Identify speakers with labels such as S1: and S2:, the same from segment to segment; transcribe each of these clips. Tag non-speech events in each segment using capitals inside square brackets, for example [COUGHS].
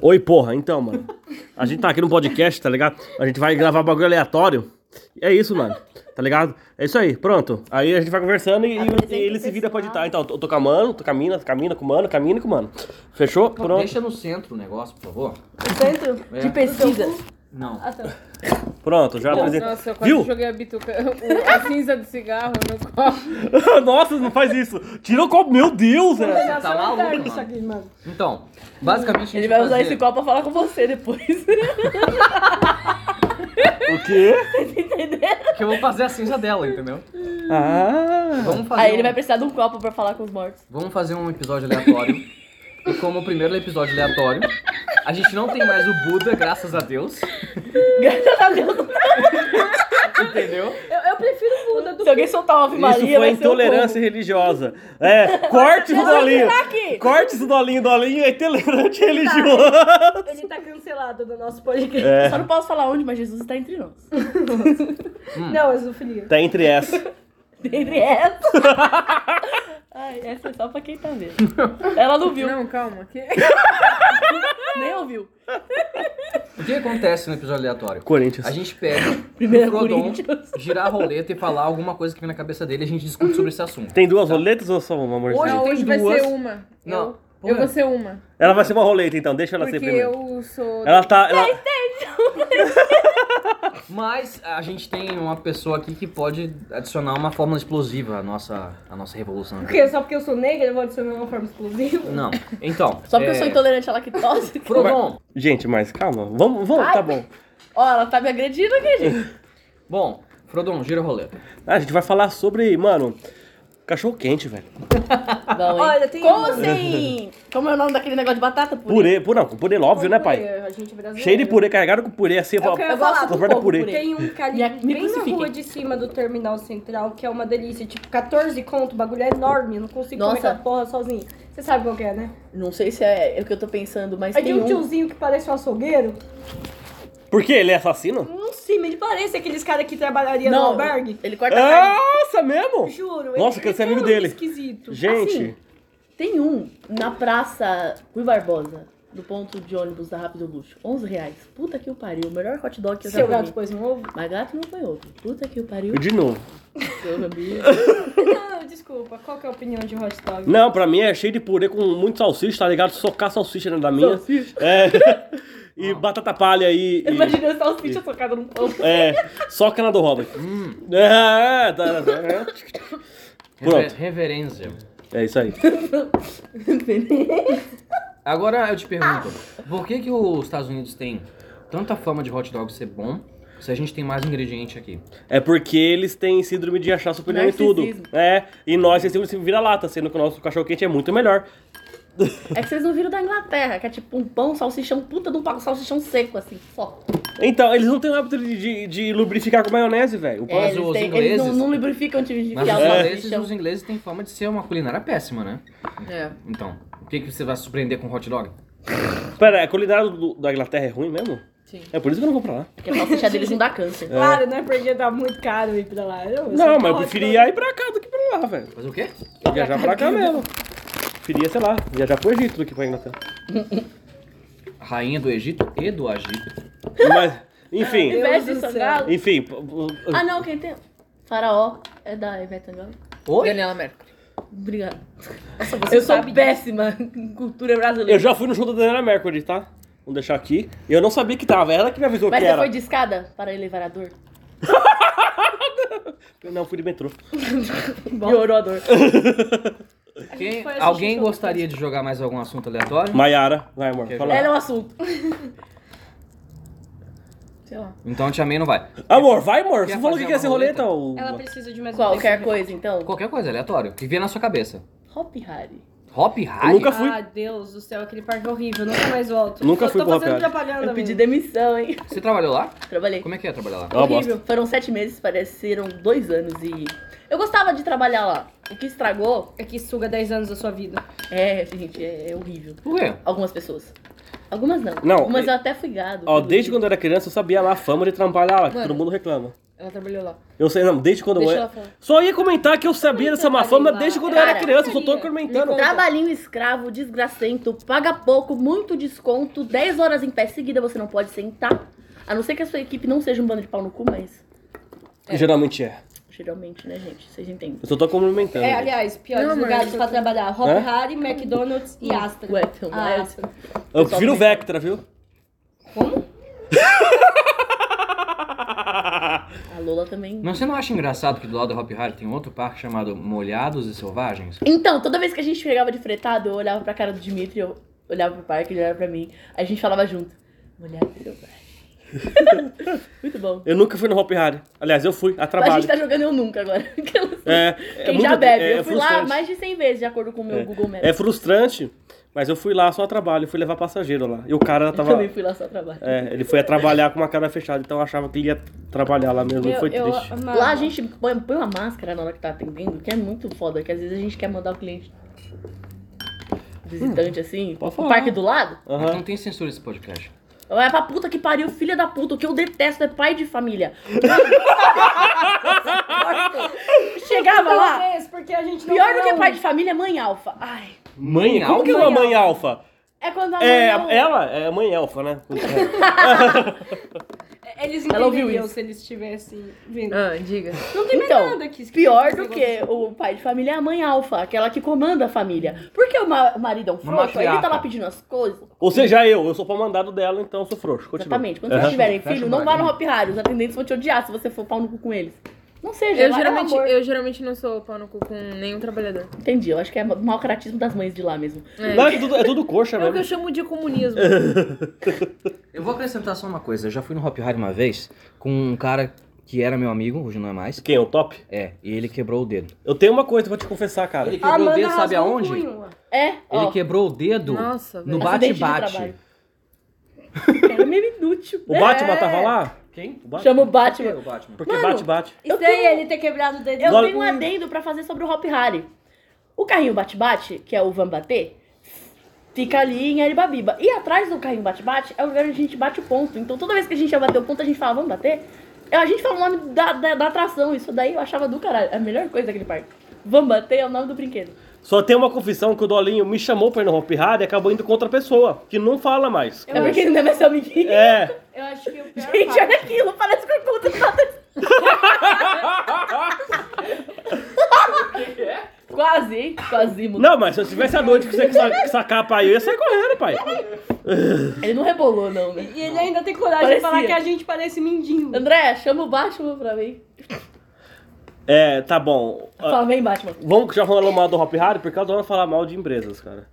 S1: Oi, porra, então, mano. A gente tá aqui no podcast, tá ligado? A gente vai gravar bagulho aleatório. E é isso, mano. Tá ligado? É isso aí, pronto. Aí a gente vai conversando e, e-
S2: Apresenta
S1: e ele
S2: o
S1: se vira pra
S2: personagem.
S1: editar. Então, eu tô com a mano, tô com a mina, camina com o mano, camina com o mano. Fechou? Pronto.
S3: Deixa no centro o negócio, por favor. É.
S2: Centro de pesquisa.
S3: Não.
S2: Ah, tá.
S1: Pronto, já apresentei.
S4: Nossa, eu quase
S1: Viu?
S4: joguei a bituca, [LAUGHS] o- a cinza do cigarro no copo.
S1: [LAUGHS] Nossa, não faz isso. Tira o copo. Meu Deus, é.
S3: Tá maluco, mano.
S2: Isso aqui, mano.
S3: Então, basicamente a
S2: Ele
S3: gente
S2: vai usar
S3: fazer-
S2: esse copo pra falar com você depois.
S1: O quê?
S3: é Que eu vou fazer a cinza dela, entendeu?
S1: Ah.
S3: Vamos fazer,
S2: Aí ele
S3: um...
S2: vai precisar de um copo pra falar com os mortos. [LAUGHS]
S3: Vamos fazer um episódio aleatório. e como o primeiro episódio aleatório, a gente não tem mais o Buda, graças a Deus.
S2: Graças a Deus.
S3: Entendeu?
S4: Eu, eu prefiro o Buda do
S2: Se alguém soltar uma Ave Maria,
S1: Isso foi
S2: vai ser o
S1: intolerância religiosa. É, corte do
S2: povo.
S1: dolinho.
S2: Tá aqui. tá.
S1: Corte do dolinho, dolinho é intolerante religioso.
S5: Ele tá cancelado do nosso podcast.
S1: É,
S2: Só não posso falar onde, mas Jesus está entre nós.
S5: Não, é zoofilia.
S1: tá entre essa.
S2: Entre essa. Ai, essa é só pra quem tá vendo. Ela não viu,
S4: Não, calma. Que...
S2: nem ouviu.
S3: O que acontece no episódio aleatório?
S1: Corinthians.
S3: A gente pega
S2: Primeira
S3: o Frodon,
S2: Corinthians.
S3: girar a roleta e falar alguma coisa que vem na cabeça dele e a gente discute sobre esse assunto.
S1: Tem duas roletas ou só uma, amorzinho?
S3: Hoje
S4: Não,
S3: tem
S4: hoje vai
S3: duas.
S4: ser uma.
S3: Não.
S4: Eu,
S3: Pô,
S4: eu
S3: é.
S4: vou ser uma.
S1: Ela vai ser uma roleta, então. Deixa ela ser
S4: Porque
S1: primeiro.
S4: eu sou...
S1: Ela tá... Ela...
S3: Mas a gente tem uma pessoa aqui que pode adicionar uma fórmula explosiva à nossa, à nossa revolução.
S5: Porque só porque eu sou negra, eu vou adicionar uma forma exclusiva.
S3: Não. Então.
S2: Só porque
S3: é,
S2: eu sou intolerante à lactose.
S3: Frodon,
S1: Gente, mas calma. Vamos, vamos. Tá bom.
S2: Ó, ela tá me agredindo aqui, gente.
S3: Bom, Frodon, gira a roleta.
S1: Ah, A gente vai falar sobre, mano... Cachorro quente, velho.
S2: Não, hein?
S5: Olha, tem
S2: Como
S5: uma-
S2: assim? Como é o nome daquele negócio de batata?
S1: Purê. Purê, não. Purê, óbvio, né, pai?
S5: A gente é brasileiro.
S1: Cheio de purê, carregado com purê, assim.
S5: É o
S1: ó,
S5: que eu ia
S2: Eu gosto
S5: falar.
S2: do
S1: Governo
S2: pouco
S1: purê.
S2: purê.
S5: Tem um
S2: Me-
S5: carinha
S2: me
S5: bem na
S2: crucifiquem.
S5: rua de cima do terminal central, que é uma delícia. Tipo, 14 conto, o bagulho é enorme. Eu não consigo
S2: Nossa.
S5: comer aquela porra sozinho. Você sabe qual que é, né?
S2: Não sei se é o que eu tô pensando, mas
S5: É de
S2: tem
S5: um
S2: um...
S5: tiozinho que parece um açougueiro.
S1: Por quê? Ele é assassino?
S5: Não sei, mas ele parece aqueles caras que trabalhariam no
S2: Não, é
S5: albergue.
S2: ele corta a
S3: Ah!
S2: carne.
S1: Nossa, mesmo?
S5: Juro.
S1: Nossa,
S5: ele,
S1: que você é
S5: ele
S1: amigo
S5: um
S1: dele.
S5: esquisito.
S1: Gente,
S2: Tem um na praça Rui Barbosa, do ponto de ônibus da Rápido Luxo. 11 reais. Puta que o pariu. O melhor hot dog que eu
S5: Seu
S2: já comi.
S5: gato pôs um ovo?
S2: Mas gato não foi outro. Puta que o
S3: [LAUGHS]
S2: pariu.
S1: de novo.
S2: Seu amigo.
S5: Não, desculpa. Qual que é a opinião de hot dog?
S1: Não, pra mim é cheio de purê com muito salsicha, tá ligado? Socar salsicha dentro da minha. É. [LAUGHS] E batata palha e. e-
S2: Imagina a salsicha socada num pão.
S1: é. Soca na do Robert. É, tá- tá-
S3: Rever-
S1: Pronto.
S3: Reverência.
S1: É isso aí.
S3: Agora eu te pergunto, por que que os Estados Unidos têm tanta fama de hot dog ser bom, se a gente tem mais ingrediente aqui?
S1: É porque eles têm síndrome de achar superior em tudo.
S2: Narcisismo.
S1: É. E nós temos síndrome de vira-lata, sendo que o nosso cachorro quente é muito melhor.
S2: É que vocês não viram da Inglaterra, que é tipo um pão, salsichão, puta de um pão, salsichão seco, assim, só.
S1: Então, eles não têm o hábito de, de- de lubrificar com maionese, velho. O pão
S2: É,
S3: Mas
S2: eles,
S3: os
S2: têm-
S3: ingleses-
S2: eles não, não lubrificam antes de
S3: Mas
S2: enfiar
S3: os
S2: o
S3: ingleses,
S2: salsichão.
S3: os ingleses têm fama de ser uma culinária péssima, né?
S2: É.
S3: Então, o que que você vai surpreender com hot dog?
S1: Pera, a culinária do- da Inglaterra é ruim mesmo?
S2: Sim.
S1: É por isso que eu não vou pra lá.
S2: Porque a salsicha deles não dá câncer.
S5: Claro, né? Porque tá muito caro ir pra lá.
S2: tá
S5: Eu,
S1: Não, mas eu
S2: né?
S1: preferia ir pra cá do que pra lá, velho.
S3: Fazer o quê?
S1: Viajar pra cá mesmo. Preferia, sei lá, viajar pro Egito do que pra Inglaterra.
S3: Rainha do Egito e do Agito.
S1: Mas, enfim,
S2: Ivete
S5: do céu.
S2: Sangalo.
S1: enfim. p- p-
S2: Ah, não, quem tem? Faraó é da Ivete Sangalo.
S3: Oi?
S4: Daniela Mercury.
S2: Obrigada. eu sou péssima em cultura brasileira.
S1: Eu já fui no show da Daniela Mercury, tá? Vamos deixar aqui. E eu não sabia que tava, ela que me avisou
S2: Mas
S1: que
S2: você
S1: era.
S2: foi de escada para elevar a dor?
S1: Não, fui de metrô. [LAUGHS]
S2: Piorou a dor.
S3: Quem-
S5: foi assistir
S3: alguém
S5: show do
S3: gostaria de jogar mais algum assunto aleatório?
S1: Maiara, vai amor,
S3: Quer
S1: fala.
S2: Ela é um assunto.
S4: Sei lá.
S3: Então a Tia May não vai.
S1: Amor, vai amor,
S3: Quer
S1: você falou que
S3: fazer
S1: quer ser
S3: uma
S1: roleta
S3: roleta?
S1: ou...
S5: Ela precisa de mais um
S2: Qualquer
S5: tempo.
S2: coisa, então.
S3: Qualquer coisa aleatória, que vier na sua cabeça.
S2: Hop Harry.
S3: Hop
S1: Eu
S3: Hari?
S1: nunca fui.
S5: Ah, Deus do céu, aquele parque é horrível, eu nunca mais volto.
S1: Nunca
S5: eu
S1: fui
S5: tô
S1: pro
S5: fazendo
S1: Rapiado.
S5: propaganda.
S2: Eu pedi
S5: mesmo.
S2: demissão, hein? [LAUGHS]
S3: Você trabalhou lá?
S2: Trabalhei.
S3: Como é que é trabalhar lá?
S1: É uma bosta.
S2: Foram sete meses, pareceram dois anos e. Eu gostava de trabalhar lá. O que estragou
S5: É que suga 10 anos da sua vida.
S2: é, gente, é horrível.
S3: Por quê?
S2: Algumas pessoas. Algumas não.
S1: Não,
S2: Algumas
S1: e-
S2: eu até fui gado.
S1: Ó,
S2: fui
S1: desde
S2: doido.
S1: quando eu era criança eu sabia lá a fama de trampalhar lá, que
S4: Mano.
S1: todo mundo reclama.
S4: Ela trabalhou lá.
S1: Eu sei, não, desde quando
S4: Deixa
S1: eu
S4: ela
S1: era.
S4: falar.
S1: Só ia comentar que eu sabia dessa má fama desde quando eu era
S2: Cara,
S1: criança, eu só tô
S4: Maria,
S1: comentando.
S4: me
S2: Um Trabalhinho escravo, desgracento, paga pouco, muito desconto, 10 horas em pé seguida você não pode sentar. A não ser que a sua equipe não seja um bando de pau no cu, mas
S1: Geralmente é.
S2: geralmente, né, gente? Vocês entendem.
S1: Eu só tô complementando.
S5: É, aliás, piores
S4: Não, mas
S5: lugares
S4: eu
S5: pra
S4: tô-
S5: trabalhar. Hop
S1: Hã?
S5: Harry, McDonald's e Astra.
S2: Ué, então,
S5: Ah,
S2: é-
S5: Astra.
S1: eu prefiro o Vectra, viu?
S5: Como?
S2: A Lola também.
S3: Mas você não acha engraçado que do lado da Hop Hard tem outro parque chamado Molhados e Selvagens?
S2: Então, toda vez que a gente chegava de fretado, eu olhava pra cara do Dimitri, eu olhava pro parque, ele olhava pra mim. Aí a gente falava junto. Mulher do seu pai." [LAUGHS] Muito bom.
S1: Eu nunca fui no Hop Hard. Aliás, eu fui a
S2: Mas a
S1: trabalho.
S2: gente tá jogando eu nunca agora. [LAUGHS] Aquelas-
S1: É, é
S2: Quem
S1: muito-
S2: já bebe.
S1: é- é
S2: eu fui lá
S1: frustrante.
S2: mais de 100 vezes, de acordo com o meu Google Maps.
S1: É frustrante, mas eu fui lá só a trabalho, fui levar passageiro lá. E o cara
S2: Eu
S1: tava.
S2: também fui lá só trabalho.
S1: É, ele foi a trabalhar com uma cara fechada, então eu achava que ele ia trabalhar lá mesmo.
S5: Eu-
S1: foi
S5: eu
S1: triste.
S5: amava.
S2: Lá a gente põe, põe uma máscara na hora que tá atendendo, que é muito foda, que às vezes a gente quer mandar o cliente visitante assim,
S1: pode
S2: pro
S1: falar.
S2: parque do lado.
S1: Aham.
S3: Não tem censura esse podcast.
S2: Vai pra puta que pariu, filha da puta. O que eu detesto é pai de família. Chegava lá.
S5: Talvez, porque a gente não
S2: Pior do que
S5: não-
S2: pai de família é mãe alfa. Ai.
S1: Mãe,
S3: Mãe
S1: como que é uma
S5: alfa?
S1: mãe alfa?
S2: É quando a mãe
S1: É,
S2: não-
S1: ela é mãe elfa, né?
S5: Eles
S2: Ela ouviu
S5: entenderiam
S2: isso.
S5: se eles estivessem vindo.
S4: Ah, [LAUGHS] diga.
S5: Não tem mais
S2: Então,
S5: nada aqui.
S2: Pior do que o pai de família é a mãe alfa, aquela que comanda a família. Porque o ma- o marido é um frouxo, aí ele tá
S3: matriarca.
S2: lá pedindo as coisas.
S1: Ou seja, eu, eu sou pra mandado dela, então eu sou frouxo. Continua.
S2: Exatamente. Quando vocês
S1: Aham.
S2: tiverem
S3: Fecha
S2: filho,
S3: o
S2: não vá
S3: barco.
S2: no Hop Hard. Os atendentes vão te odiar se você for pau no cu com eles. Não seja,
S4: Eu
S2: lá,
S4: geralmente,
S2: é um amor.
S4: eu geralmente não sou pau no cu com nenhum trabalhador.
S2: Entendi, eu acho que é mau caratismo das mães de lá mesmo.
S4: É.
S1: Não, é tudo, é tudo coxa
S4: É o que eu
S1: mesmo.
S4: chamo
S1: [LAUGHS]
S4: de comunismo.
S3: Eu vou acrescentar só uma coisa. Eu já fui no Hop Hard uma vez com um cara que era meu amigo, hoje não é mais.
S1: Quem é o top?
S3: É, e ele quebrou o dedo.
S1: Eu tenho uma coisa pra te confessar, cara.
S3: Ele quebrou
S5: Amanda
S3: o dedo, sabe
S5: rasgou o
S3: aonde? Ele
S5: punho, ó.
S2: É, ó.
S3: quebrou o dedo
S4: Nossa,
S3: no
S4: velho.
S2: Acidente de
S3: bate-bate.
S2: trabalho. Era meio é um inútil.
S1: O Batman tava lá?
S3: Quem?
S1: O Batman?
S2: [LAUGHS] Chama o
S3: Por que
S2: Batman.
S3: o Batman?
S1: Porque bate, bate.
S5: Isso daí é ele ter quebrado o dedo.
S2: Eu
S1: Não-
S2: tenho um adendo pra fazer sobre o Hop Harry. O carrinho bate-bate, que é o Van Bater, fica ali em Aribabiba. E atrás do carrinho bate-bate é o lugar onde a gente bate o ponto. Então toda vez que a gente ia bater o ponto, a gente fala, vamos bater? É, A gente fala o nome da, da, da atração. Isso daí eu achava do caralho. É A melhor coisa daquele parque. Van Bater é o nome do brinquedo.
S1: Só tem uma confissão que o Dolinho me chamou pra ir no Hop Hard e acabou indo com outra pessoa, que não fala mais.
S5: Eu
S2: é porque
S5: acho-
S2: ele não é mais seu amiguinho.
S1: É.
S5: Eu acho que o pior
S2: Gente,
S5: parte-
S2: olha aquilo, parece que eu tô Quase, hein? Quase. mudou.
S1: Não, mas se eu tivesse a noite que você com essa, com essa capa aí, eu ia sair correndo, pai.
S2: Ele não rebolou, não, né?
S5: E ele ainda tem coragem de falar
S2: Parecia.
S5: que a gente parece mindinho.
S2: André, chama o Batman pra mim.
S1: É, tá bom. Ah,
S2: Fala, vem, Batman.
S1: Vamos que já rolou mal do Hop Hard, porque eu adoro falar mal de empresas, cara.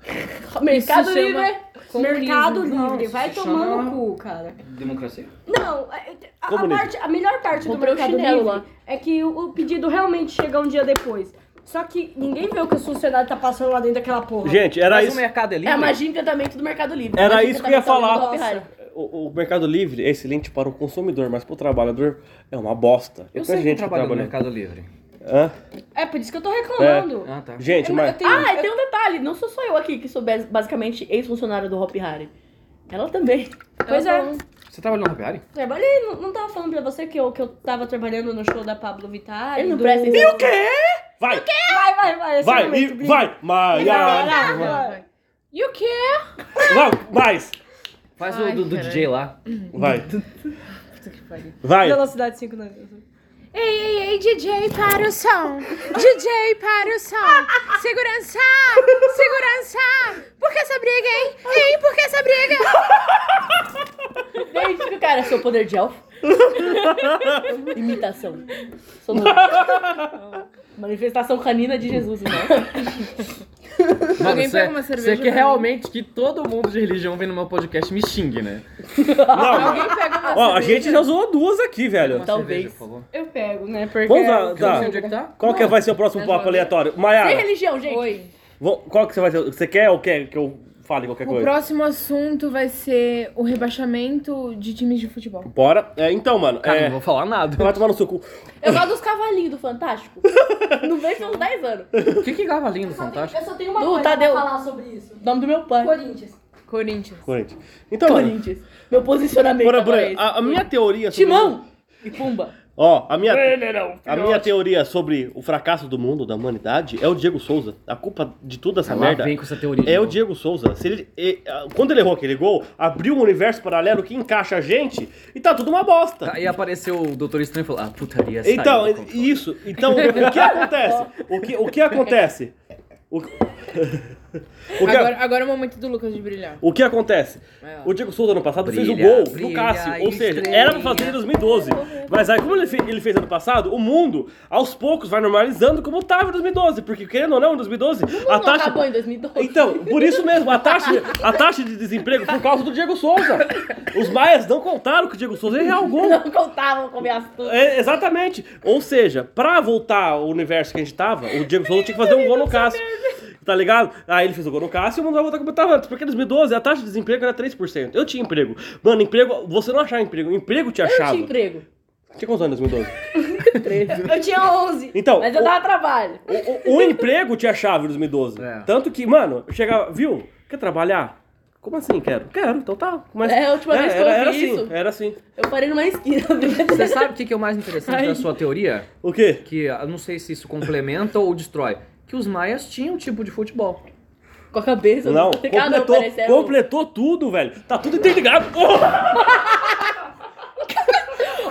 S2: Mercado
S4: chama
S2: Livre.
S4: Comunismo.
S5: Mercado
S3: Não,
S5: Livre, vai
S3: isso
S5: tomar
S3: chama-
S5: no cu, cara.
S3: Democracia.
S5: Não, a, a- a
S1: Comunismo.
S5: parte- a melhor parte do
S2: Comprei um
S5: Mercado
S2: chinelo
S5: Livre
S2: lá.
S5: é que o, o pedido realmente chega um dia depois. Só que ninguém vê o que o funcionário tá passando lá dentro daquela porra.
S1: Gente, era
S3: Mas
S1: isso.
S3: o mercado é
S2: É
S3: livre?
S2: a magia e encantamento do Mercado Livre.
S1: Era
S2: Magia e
S1: isso que eu ia
S2: encantamento
S1: falar.
S2: do Hop Hari.
S1: O, o Mercado Livre é excelente para o consumidor, mas para o trabalhador é uma bosta. É pra
S3: Eu sei que
S1: gente
S3: trabalho no
S1: trabalha.
S3: Mercado Livre.
S1: Hã?
S5: É por isso que eu tô reclamando.
S3: Ah, tá.
S1: É. Gente,
S5: Eu-
S1: mas.
S5: eu tenho-
S2: Ah, e tem um detalhe. Não sou só eu aqui que sou bas- basicamente ex-funcionária do Hop Harry. Ela também.
S5: Pois é.
S3: Você trabalhou no Hop Hard?
S5: Trabalhei, não, não tava falando pra você que eu, que eu tava trabalhando no show da Pablo Vittar.
S2: Ele não
S5: do...
S2: presta atenção.
S1: Vai!
S5: Vai, vai, vai. esse
S1: Vai!
S5: momento,
S1: E
S5: Bia.
S1: vai! Maia!
S5: Vai, vai, vai.
S4: E o quê?
S1: Vai! Mais!
S3: Faz
S4: Ai,
S3: o do, do
S4: caralho.
S3: DJ lá.
S1: Vai!
S4: Puta que pariu.
S1: Vai!
S5: Velocidade 5 na
S6: Ei, ei, ei, DJ para o som! DJ para o som! Segurança! Segurança! Por que essa briga, hein? Hein, por que essa briga?
S2: Gente, que o cara é seu poder de [LAUGHS] elfo. Imitação. [LAUGHS] Sonora. Manifestação canina de Jesus, né?
S3: Mano,
S4: Alguém
S3: cê-
S4: pega uma cerveja
S3: Você
S4: pra
S3: quer
S4: mim?
S3: realmente que todo mundo de religião vem no meu podcast e me xingue, né?
S1: Não!
S4: Alguém pega uma
S1: Ó, a
S4: cerveja?
S1: gente já zoou duas aqui, velho.
S3: Uma
S2: Talvez.
S3: cerveja, por favor.
S5: Eu pego, né? Porque
S1: Vamos lá,
S3: Eu não sei
S1: tá.
S3: onde é que tá.
S1: Qual que vai ser o próximo papo aleatório?
S2: Sem
S1: Maia,
S2: religião, gente.
S4: Oi.
S1: qual que você vai ser? Você quer ou quer que eu fale qualquer
S6: O
S1: coisa?
S6: próximo assunto vai ser o rebaixamento de times de futebol.
S1: Bora. É, então, mano.
S3: Cara, não
S1: É,
S3: vou falar nada.
S1: vai tomar no seu cu.
S2: Eu gosto dos cavalinhos do Fantástico. Não vejo há uns 10 anos.
S3: O que que cavalinho do Fantástico?
S5: Eu só tenho uma
S2: Du,
S1: tá
S5: coisa
S2: Tadeu.
S5: pra falar sobre isso.
S2: Nome do meu pai. é
S5: Corinthians.
S4: Corinthians.
S1: Corinthians. Então, mano.
S2: Corinthians. Meu posicionamento.
S1: Bora,
S2: agora
S1: Bora,
S2: é esse.
S1: a, a minha teoria sobre-
S2: Timão e Pumba.
S1: Ó, a minha, a minha
S2: filhote.
S1: teoria sobre o fracasso do mundo, da humanidade, é o Diego Souza. A culpa de toda essa
S3: Lá
S1: merda
S3: vem com essa teoria de
S1: é o
S3: novo.
S1: Diego Souza. Se ele, e- a- quando ele errou aquele gol, abriu um universo paralelo que encaixa a gente e tá tudo uma bosta.
S3: Aí apareceu o Doutor Estranho e falou: Ah, putaria, saiu
S1: Então,
S3: do controle."
S1: isso. Então, o que acontece? O que, o que acontece? O, [LAUGHS] o que,
S4: Agora, agora é o momento do Lucas de brilhar.
S1: o que acontece?
S4: Vai lá.
S1: O Diego Souza ano passado fez
S3: Brilha,
S1: o gol do
S3: brilha,
S1: Cássio. Ou seja,
S3: estrelinha.
S1: era pra fazer em 2012. Mas aí, como ele, fe- ele fez ano passado, o mundo, aos poucos, vai normalizando como tava em 2012. Porque, querendo ou não, em 2012, a
S2: Não
S1: taxa.
S2: acabou em 2012.
S1: Então, por isso mesmo, a taxa, a taxa de desemprego por causa do Diego Souza. Os maias não contaram que o Diego Souza errou o gol.
S2: [LAUGHS] Não contavam com minhas tudo.
S1: É, exatamente. Ou seja, pra voltar ao universo que a gente tava, o Diego Souza tinha que fazer um gol no Cássio. Tá ligado? Aí ele fez o gol no Cássio e o mundo vai voltar como tava antes. Porque em 2012 a taxa de desemprego era 3%. Eu tinha emprego. Mano, emprego, você não achava emprego. Emprego te
S2: Eu não
S1: achava.
S2: tinha emprego.
S1: Tinha quantos anos em 2012?
S5: Eu tinha 11.
S1: Então,
S2: Mas eu
S1: o-
S2: dava trabalho.
S1: o, o- o emprego tinha chave em 2012.
S3: É.
S1: Tanto que, mano, eu chegava, viu? Quer trabalhar? Como assim? Quero. Quero, então tá. Mas,
S2: É, a última vez que eu
S1: era, era
S2: ouvi
S1: assim,
S2: isso.
S1: era assim.
S2: Eu parei numa esquina. [LAUGHS]
S3: Você sabe o que que é o mais interessante da sua teoria?
S1: O quê?
S3: Que ah, eu não sei se isso complementa ou destrói. Que os maias tinham um tipo de futebol.
S2: Com a cabeça. [LAUGHS]
S1: Não,
S2: Ah, não,
S1: completou,
S2: parece, era um-
S1: completou tudo, velho. Tá tudo interligado. [LAUGHS]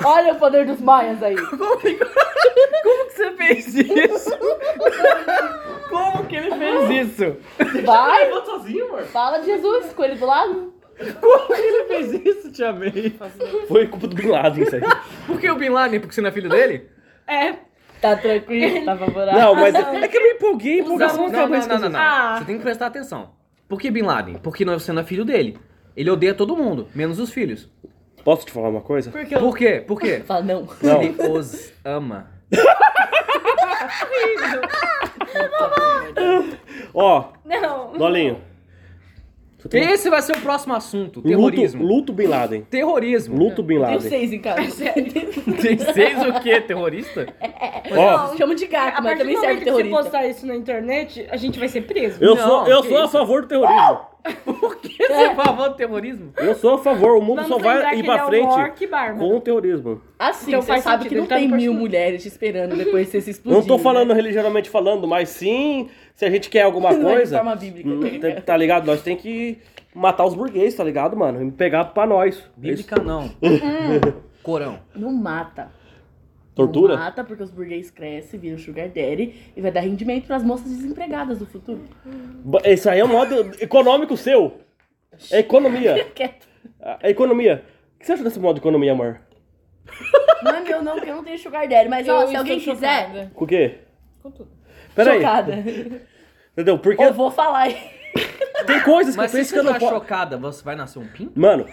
S1: Oh!
S2: Olha o poder dos
S1: [LAUGHS]
S2: maias aí.
S3: Como que você fez isso? [LAUGHS] Como que ele fez isso?
S2: Vai,
S1: Eu sozinho, amor.
S2: fala de Jesus com ele do lado.
S3: Como que ele [LAUGHS] fez isso, te amei?
S1: Foi culpa do Bin Laden
S5: [LAUGHS]
S1: isso aí.
S3: Por que o Bin Laden? Porque você não é filho dele?
S2: Tá tranquilo, tá favorável.
S1: Não, mas é que eu me empolguei, empolgação
S3: Não, não,
S1: acabou
S3: não,
S1: isso.
S3: não, não,
S5: Ah.
S3: Você tem que prestar atenção. Por que Bin Laden? Porque não- você não é filho dele. Ele odeia todo mundo, menos os filhos.
S1: Posso te falar uma coisa?
S5: Porque eu...
S3: Por quê? Por quê?
S2: Fala, não.
S1: [LAUGHS] Não.
S3: Ele os ama.
S1: Ó, [LAUGHS]
S5: Não.
S1: Dolinho. Você tem um-
S3: Esse vai ser o próximo assunto:
S1: Luto,
S3: terrorismo.
S1: luto Bin Laden.
S3: Terrorismo.
S1: Luto Bin
S2: Tenho
S1: Laden.
S2: seis em
S5: É
S2: casa. [LAUGHS]
S3: Tem seis o quê? Terrorista?
S1: Ó,
S2: Chama de
S5: A
S2: gato, mas
S5: partir
S2: também
S5: do momento
S2: serve
S5: que você
S2: terrorista.
S5: postar isso na internet, a gente vai ser preso.
S1: eu
S3: Não,
S1: sou, eu
S3: que
S1: sou a
S3: isso?
S1: favor do terrorismo.
S3: Por que você é a favor do terrorismo?
S1: Eu sou a favor, o mundo
S5: Vamos
S1: um só
S5: lembrar
S1: vai ir
S5: que ele
S1: pra
S5: é o
S1: frente
S5: Mork Barba.
S1: com o terrorismo.
S2: Assim,
S5: Então
S2: você
S5: faz
S2: sabe que
S5: sentido,
S2: não
S5: ele tá
S2: tem
S5: no
S2: mil
S5: partido.
S2: mulheres te esperando depois né? de você se explodir.
S1: Não tô
S2: [LAUGHS]
S1: falando religiosamente falando, mas sim, se a gente quer alguma
S2: Não é de
S1: coisa,
S2: forma bíblica, tá ligado?
S1: tá ligado? Nós tem que matar os burguês, tá ligado, mano? E pegar pra nós. É [LAUGHS]
S3: Bíblica não. Corão.
S2: Não mata.
S1: Tortura?
S2: Não mata porque os burguês crescem, viram sugar daddy e vai dar rendimento pras moças desempregadas do futuro.
S1: Ba- Isso aí é um modo econômico seu. É economia.
S2: Quieto.
S1: É economia. O que você acha desse modo de economia, amor?
S2: Não é meu não, porque eu não tenho sugar daddy. Mas ó,
S4: Eu
S2: se alguém
S4: estou
S2: quiser,
S4: chocada.
S1: Com o quê?
S4: Com tudo.
S1: Peraí.
S2: chocada.
S1: Entendeu? Porque
S2: Eu vou falar aí.
S1: tem coisas que
S3: Mas
S1: eu
S3: se
S1: penso que
S3: você
S1: eu não
S3: tá
S1: posso.
S3: chocada, você vai nascer um pinto?
S1: Mano,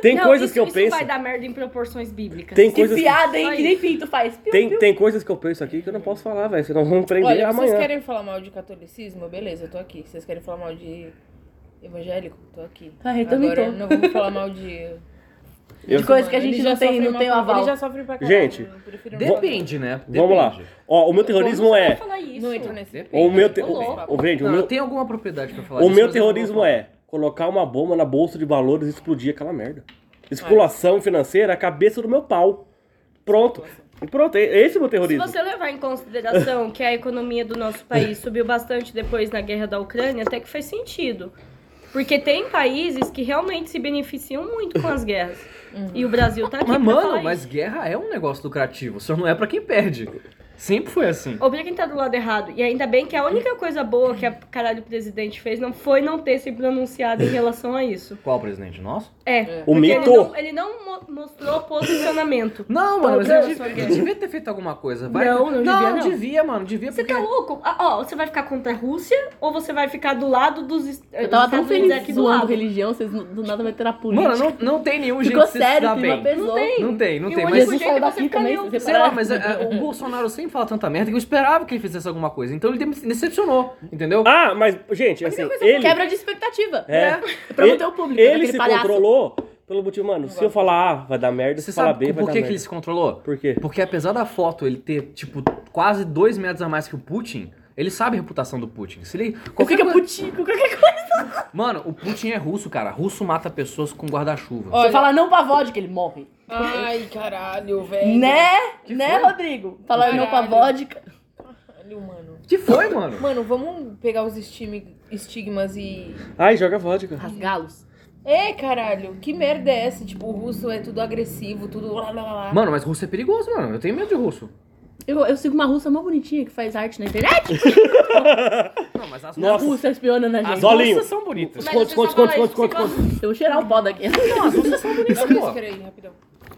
S1: tem
S5: Não,
S1: coisas
S5: isso,
S1: que eu
S5: isso
S1: penso.
S5: vai dar merda em proporções bíblicas.
S1: Tem
S2: Que
S1: coisas. que-
S2: piada, hein?
S5: Só
S2: Que nem pinto faz. Piu,
S1: Tem,
S2: piu.
S1: tem coisas que eu penso aqui que eu não posso falar, velho. Senão vão prender
S4: Olha,
S1: é
S4: vocês
S1: amanhã.
S4: querem falar mal de catolicismo? Beleza, eu tô aqui. Vocês querem falar mal de evangélico? Tô aqui.
S2: Ah, eu também
S4: Agora
S2: tô.
S4: não vamos falar mal de.
S1: Eu-
S2: De [LAUGHS] coisa que a gente não tem, não tem o aval.
S4: Ele já sofre pra caralho.
S1: Gente,
S4: eu prefiro não
S3: Depende, né?
S1: Vamos lá.
S3: Depende.
S1: Ó, o meu terrorismo
S5: Vai
S1: é.
S5: falar isso.
S4: Não entra nesse.
S1: O meu, te...
S4: Ô, louco.
S1: o, gente, o
S3: Não,
S1: meu,
S3: eu tenho alguma propriedade pra falar
S1: o
S3: disso,
S1: meu
S3: mas eu não vou
S1: terrorismo
S3: falar.
S1: é colocar uma bomba na bolsa de valores e explodir aquela merda.
S5: É.
S1: Especulação financeira, a cabeça do meu pau. Pronto. Pronto, esse é o meu
S5: Se
S1: terrorismo.
S5: você levar em consideração que a economia do nosso país subiu bastante depois na guerra da Ucrânia, até que faz sentido. Porque tem países que realmente se beneficiam muito com as guerras.
S1: Uhum.
S5: E o Brasil tá aqui
S3: Mas,
S5: pra falar
S3: mano,
S5: isso.
S3: mas guerra é um negócio lucrativo, só não é pra quem perde. Sempre foi assim.
S5: Ou pra quem tá do lado errado. E ainda bem que a única coisa boa que a caralho do presidente fez não foi não ter se pronunciado em relação a isso.
S3: Qual presidente nosso?
S5: É.
S1: O
S5: porque
S1: mito.
S5: Ele não, ele não mo- mostrou posicionamento.
S3: Não, mano, mas
S5: Não,
S3: ele devia, ele devia ter feito alguma coisa. Vai...
S5: Não, não devia, não.
S3: devia, mano, devia
S5: Você
S3: porque... é
S5: tá louco? Ah, Ó, você vai ficar contra a Rússia ou você vai ficar do lado dos. est- eh,
S2: Eu tava
S5: dos
S2: tão
S5: Estados Unidos
S2: feliz
S5: aqui do
S2: zoando
S5: lado.
S2: religião, vocês não- do nada meteram a política.
S3: um Mano, não, não tem nenhum jeito
S2: Ficou
S3: de você se
S2: sério,
S3: dar
S2: o clima
S3: bem.
S2: pesou.
S3: Não tem, não
S5: E
S3: tem,
S5: o
S3: mas...
S5: único
S2: Jesus
S5: jeito é
S2: saiu
S5: você
S2: daqui
S5: ficar
S2: também,
S5: neutro.
S2: se você
S3: Sei lá,
S2: parar.
S3: mas é, é, o Bolsonaro sempre fala tanta merda que eu esperava que ele fizesse alguma coisa. Então ele de- decepcionou, entendeu?
S1: Ah, mas, gente, assim, ele.
S2: Quebra de expectativa. né?
S1: É.
S2: Pra não
S1: Ele-
S2: ter o público. né?
S1: Ele
S2: daquele
S1: se
S2: palhaço.
S1: controlou pelo motivo, mano, se eu falar A, vai dar merda,
S3: Você
S1: se falar
S3: sabe
S1: B, vai
S3: por
S1: dar
S3: que, que
S1: merda.
S3: ele se controlou?
S1: Por quê?
S3: Porque apesar da foto ele ter, tipo, quase dois metros a mais que o Putin, Ele sabe a reputação do Putin. Se ele.
S2: Eu
S3: Qualquer
S2: fico
S1: é
S3: coisa-
S2: putico, qualquer coisa.
S3: Mano, o Putin é russo, cara. Russo mata pessoas com guarda-chuva.
S2: Você
S4: Olha-
S2: fala não pra vodka, ele morre.
S4: Ai, caralho,
S1: É,
S4: velho.
S2: Né? Né,
S3: foi?
S2: Rodrigo? Falar não pra
S4: Caralho.
S2: vodka.
S4: Caralho, mano.
S3: Que foi, mano?
S4: Mano, vamos pegar os estime- estigmas e.
S1: Ai, joga vodka.
S2: Ah. Rasgá-los.
S4: É, caralho, que merda é essa? Tipo, o russo é tudo agressivo, tudo lá lá lá, lá.
S3: Mano, mas russo é perigoso, mano. Eu tenho medo de russo.
S2: Eu, eu sigo uma russa mó bonitinha que faz arte na internet.
S3: Não, mas as
S1: Nossa.
S2: Russa espiona na
S3: As
S2: gente.
S1: Zolinho.
S3: russas são bonitas.
S1: Esconde, esconde, esconde, esconde, esconde, esconde.
S2: Eu vou cheirar o pó
S5: [LAUGHS]
S2: daqui.
S3: Não, as russas são bonitas,
S4: Esquece,
S3: pô.
S4: peraí, rapidão.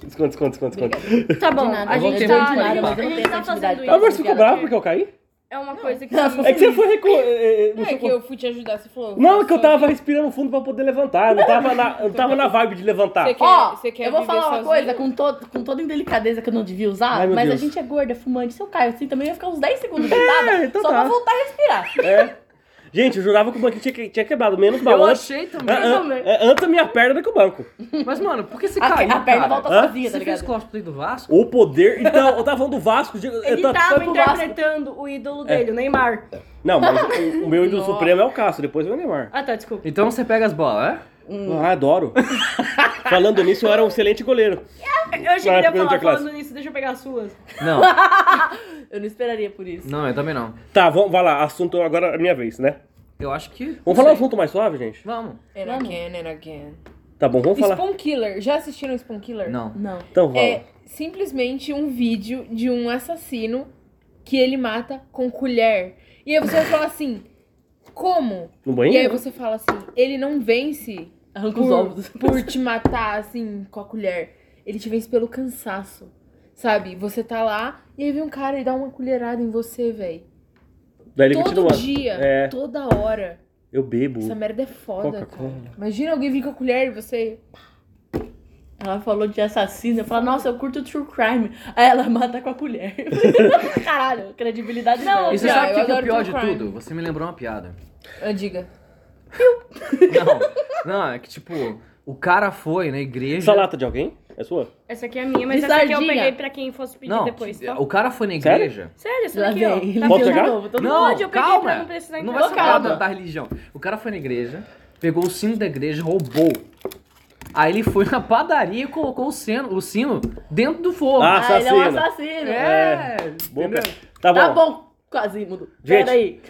S1: Esconde, esconde, esconde, esconde.
S5: Tá bom,
S2: nada,
S5: a
S3: eu vou
S5: gente
S3: ter
S5: tá,
S3: muito
S5: a
S3: mais
S5: gente-
S3: papo.
S5: a gente tá fazendo
S1: Ah, mas
S5: isso.
S1: você ficou bravo porque eu caí?
S5: É uma coisa que...
S1: É que você foi recu... é, é, não,
S4: Não
S1: sei
S4: é que
S1: como-
S4: eu fui te ajudar, você falou.
S1: Não, é
S4: só-
S1: que eu tava respirando fundo pra poder levantar. Eu não tava na, eu não tava na vibe de levantar.
S4: Você quer-
S2: Ó,
S4: você quer
S2: eu vou
S4: viver
S2: falar uma
S4: sozinho?
S2: coisa com, todo, com toda indelicadeza que eu não devia usar,
S1: Ai, meu
S2: mas
S1: Deus.
S2: a gente é gorda, é fumante. Se eu caio assim também, eu ia ficar uns 10 segundos deitada
S1: então
S2: só
S1: tá.
S2: pra voltar a respirar.
S1: É. Gente, eu jogava que o banquinho tinha, que- tinha quebrado, menos
S3: Eu
S1: balanço.
S3: achei também.
S1: É, an- é, antes a minha perna do que o banco.
S3: Mas, mano, por que você
S2: A,
S3: caiu,
S2: a perna
S3: cara?
S2: volta
S1: Hã?
S2: sozinha, tá
S3: Você fez
S2: ligado?
S3: cosplay do Vasco?
S1: O poder. Então, eu tava falando do Vasco. de- eu
S5: Ele
S1: tava-
S5: tava
S2: foi pro Vasco.
S5: interpretando o ídolo dele, o Neymar.
S1: Não, mas o, o meu ídolo supremo é o Cássio, depois vem o Neymar.
S5: Ah, tá, desculpa.
S3: Então você pega as bolas, é?
S1: Ah, adoro. [LAUGHS] Falando nisso, eu era um excelente goleiro.
S5: Eu achei
S1: Ah,
S5: que ele ia
S1: primeira
S5: falar
S1: classe.
S5: falando nisso, deixa eu pegar as suas.
S3: Não,
S2: Eu não esperaria por isso.
S3: não, eu também não.
S1: Tá, vamos, vai lá. Assunto agora é a minha vez, né?
S3: Eu acho que.
S1: Vamos falar um assunto mais suave, gente?
S3: Vamos.
S4: And again, and again.
S1: Tá bom, vamos falar.
S4: Spawn Killer, já assistiram Spawn Killer?
S3: Não.
S2: Não.
S1: Então, vamos.
S4: É simplesmente um vídeo de um assassino que ele mata com colher. E aí você vai falar assim, como?
S1: No
S4: E aí
S1: banheiro?
S4: você fala assim, ele não vence
S2: Arranca os ovos.
S4: por, por te matar, assim, com a colher. Ele te vence pelo cansaço. Sabe? Você tá lá e aí vem um cara e dá uma colherada em você, velho.
S1: Daí ele
S4: Todo
S1: continua.
S4: dia,
S1: É.
S4: toda hora.
S1: Eu bebo.
S4: Essa merda é foda, cara.
S1: Coca-Cola.
S4: Imagina alguém vir com a colher e você.
S2: Ela falou de assassino. Eu falei, nossa, eu curto true crime. Aí ela mata com a
S3: [LAUGHS]
S2: colher. Caralho, credibilidade não.
S3: E você
S4: Não,
S3: sabe o
S4: eu
S3: que que é o
S4: adoro
S3: pior de
S4: true crime.
S3: tudo? Você me lembrou uma piada.
S4: Ah, diga.
S3: Não, não, é que tipo, o cara foi na igreja.
S1: Essa lata de alguém? É sua?
S5: Essa aqui é minha, mas
S2: E
S5: essa aqui eu
S2: sardinha?
S5: peguei pra quem fosse pedir
S3: Não, é,
S5: depois, tá?
S3: o cara foi na
S1: Sério?
S3: igreja.
S5: Sério, essa
S2: Lá
S5: daqui, ó.
S2: vem.
S5: Tá
S1: Pode
S5: vendo?
S1: pegar?
S2: de novo. Todo
S3: Não,
S5: Pode, eu peguei
S3: calma.
S5: pra não precisar
S3: Não
S5: entrar.
S3: vai ser
S2: Calma.
S3: nada da religião. O cara foi na igreja, pegou o sino da igreja, roubou. Aí ele foi na padaria e colocou o sino, o sino dentro do fogo.
S1: Ah,
S2: Ah, ele é um
S1: assassino.
S2: assassino.
S3: é.
S1: Boa,
S3: entendeu?
S1: piada. Tá bom.
S2: Tá bom, Quasimodo.
S1: Gente.
S2: Pera aí.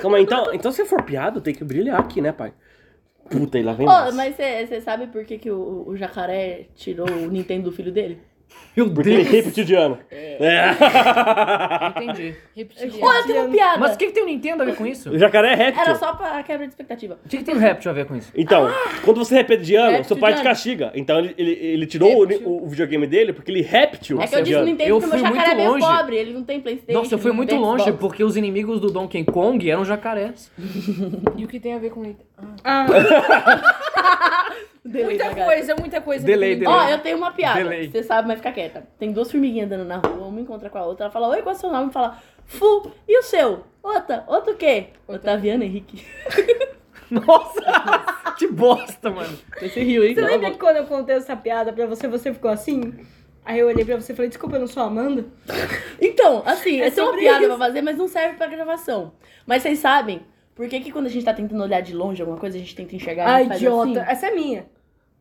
S1: Calma aí, então, então se for piada, tem que brilhar aqui, né, pai? Puta, e lá vem
S2: Ô,
S1: mais.
S2: mas você sabe por que, que o, o jacaré tirou o Nintendo do filho dele?
S3: Meu
S1: Porque ele
S3: Deus.
S1: repetiu de ano. É.
S3: Entendi.
S4: Repetir.
S2: Pô, eu tenho uma piada.
S3: Mas o que, que tem o Nintendo a ver com
S1: [LAUGHS]
S3: isso?
S1: O jacaré é réptil.
S2: Era só pra quebra de expectativa.
S3: O que, que tem o Rapture a ver com isso?
S1: Então, quando você repete de ano,
S2: Réptil
S1: seu pai
S2: de
S1: te
S2: ano.
S1: castiga. Então ele, ele, ele tirou
S4: Réptil.
S1: o, o videogame dele porque ele réptil.
S2: é que eu
S1: de
S2: disse
S1: ano.
S2: Nintendo
S3: Eu
S2: porque o meu
S3: fui muito
S2: jacaré é meio
S3: longe.
S2: pobre, ele não tem Playstation.
S3: Nossa, eu fui
S2: não
S3: muito
S2: tem
S3: longe
S2: Xbox.
S3: porque os inimigos do Donkey Kong eram jacarés. [LAUGHS]
S4: E o que tem a ver com. Nintendo? Ah.
S5: Ah,
S2: Delay tá da
S4: Muita
S2: gata.
S4: coisa, muita coisa.
S3: Delay,
S4: que tem-
S2: Ó,
S3: delay.
S2: eu tenho uma piada.
S3: Delay.
S2: Você sabe, mas fica quieta. Tem duas formiguinhas andando na rua, uma encontra com a outra, ela fala, oi, qual é o seu nome? Fala, Fu, e o seu? Outra, outro o quê? Otaviano Henrique. [LAUGHS]
S3: Nossa, que bosta, mano.
S2: Você riu, hein?
S5: você lembra que quando eu contei essa piada pra você, você ficou assim? Aí eu olhei pra você e falei, desculpa, eu não sou a Amanda?
S2: Então, assim,
S5: É
S2: essa é uma
S5: sobre
S2: piada
S5: isso.
S2: pra fazer, mas não serve pra gravação. Mas vocês sabem por que, que quando a gente tá tentando olhar de longe alguma coisa, a gente tenta enxergar
S5: Ah,
S2: e faz
S5: idiota.
S2: assim?
S5: Essa é minha.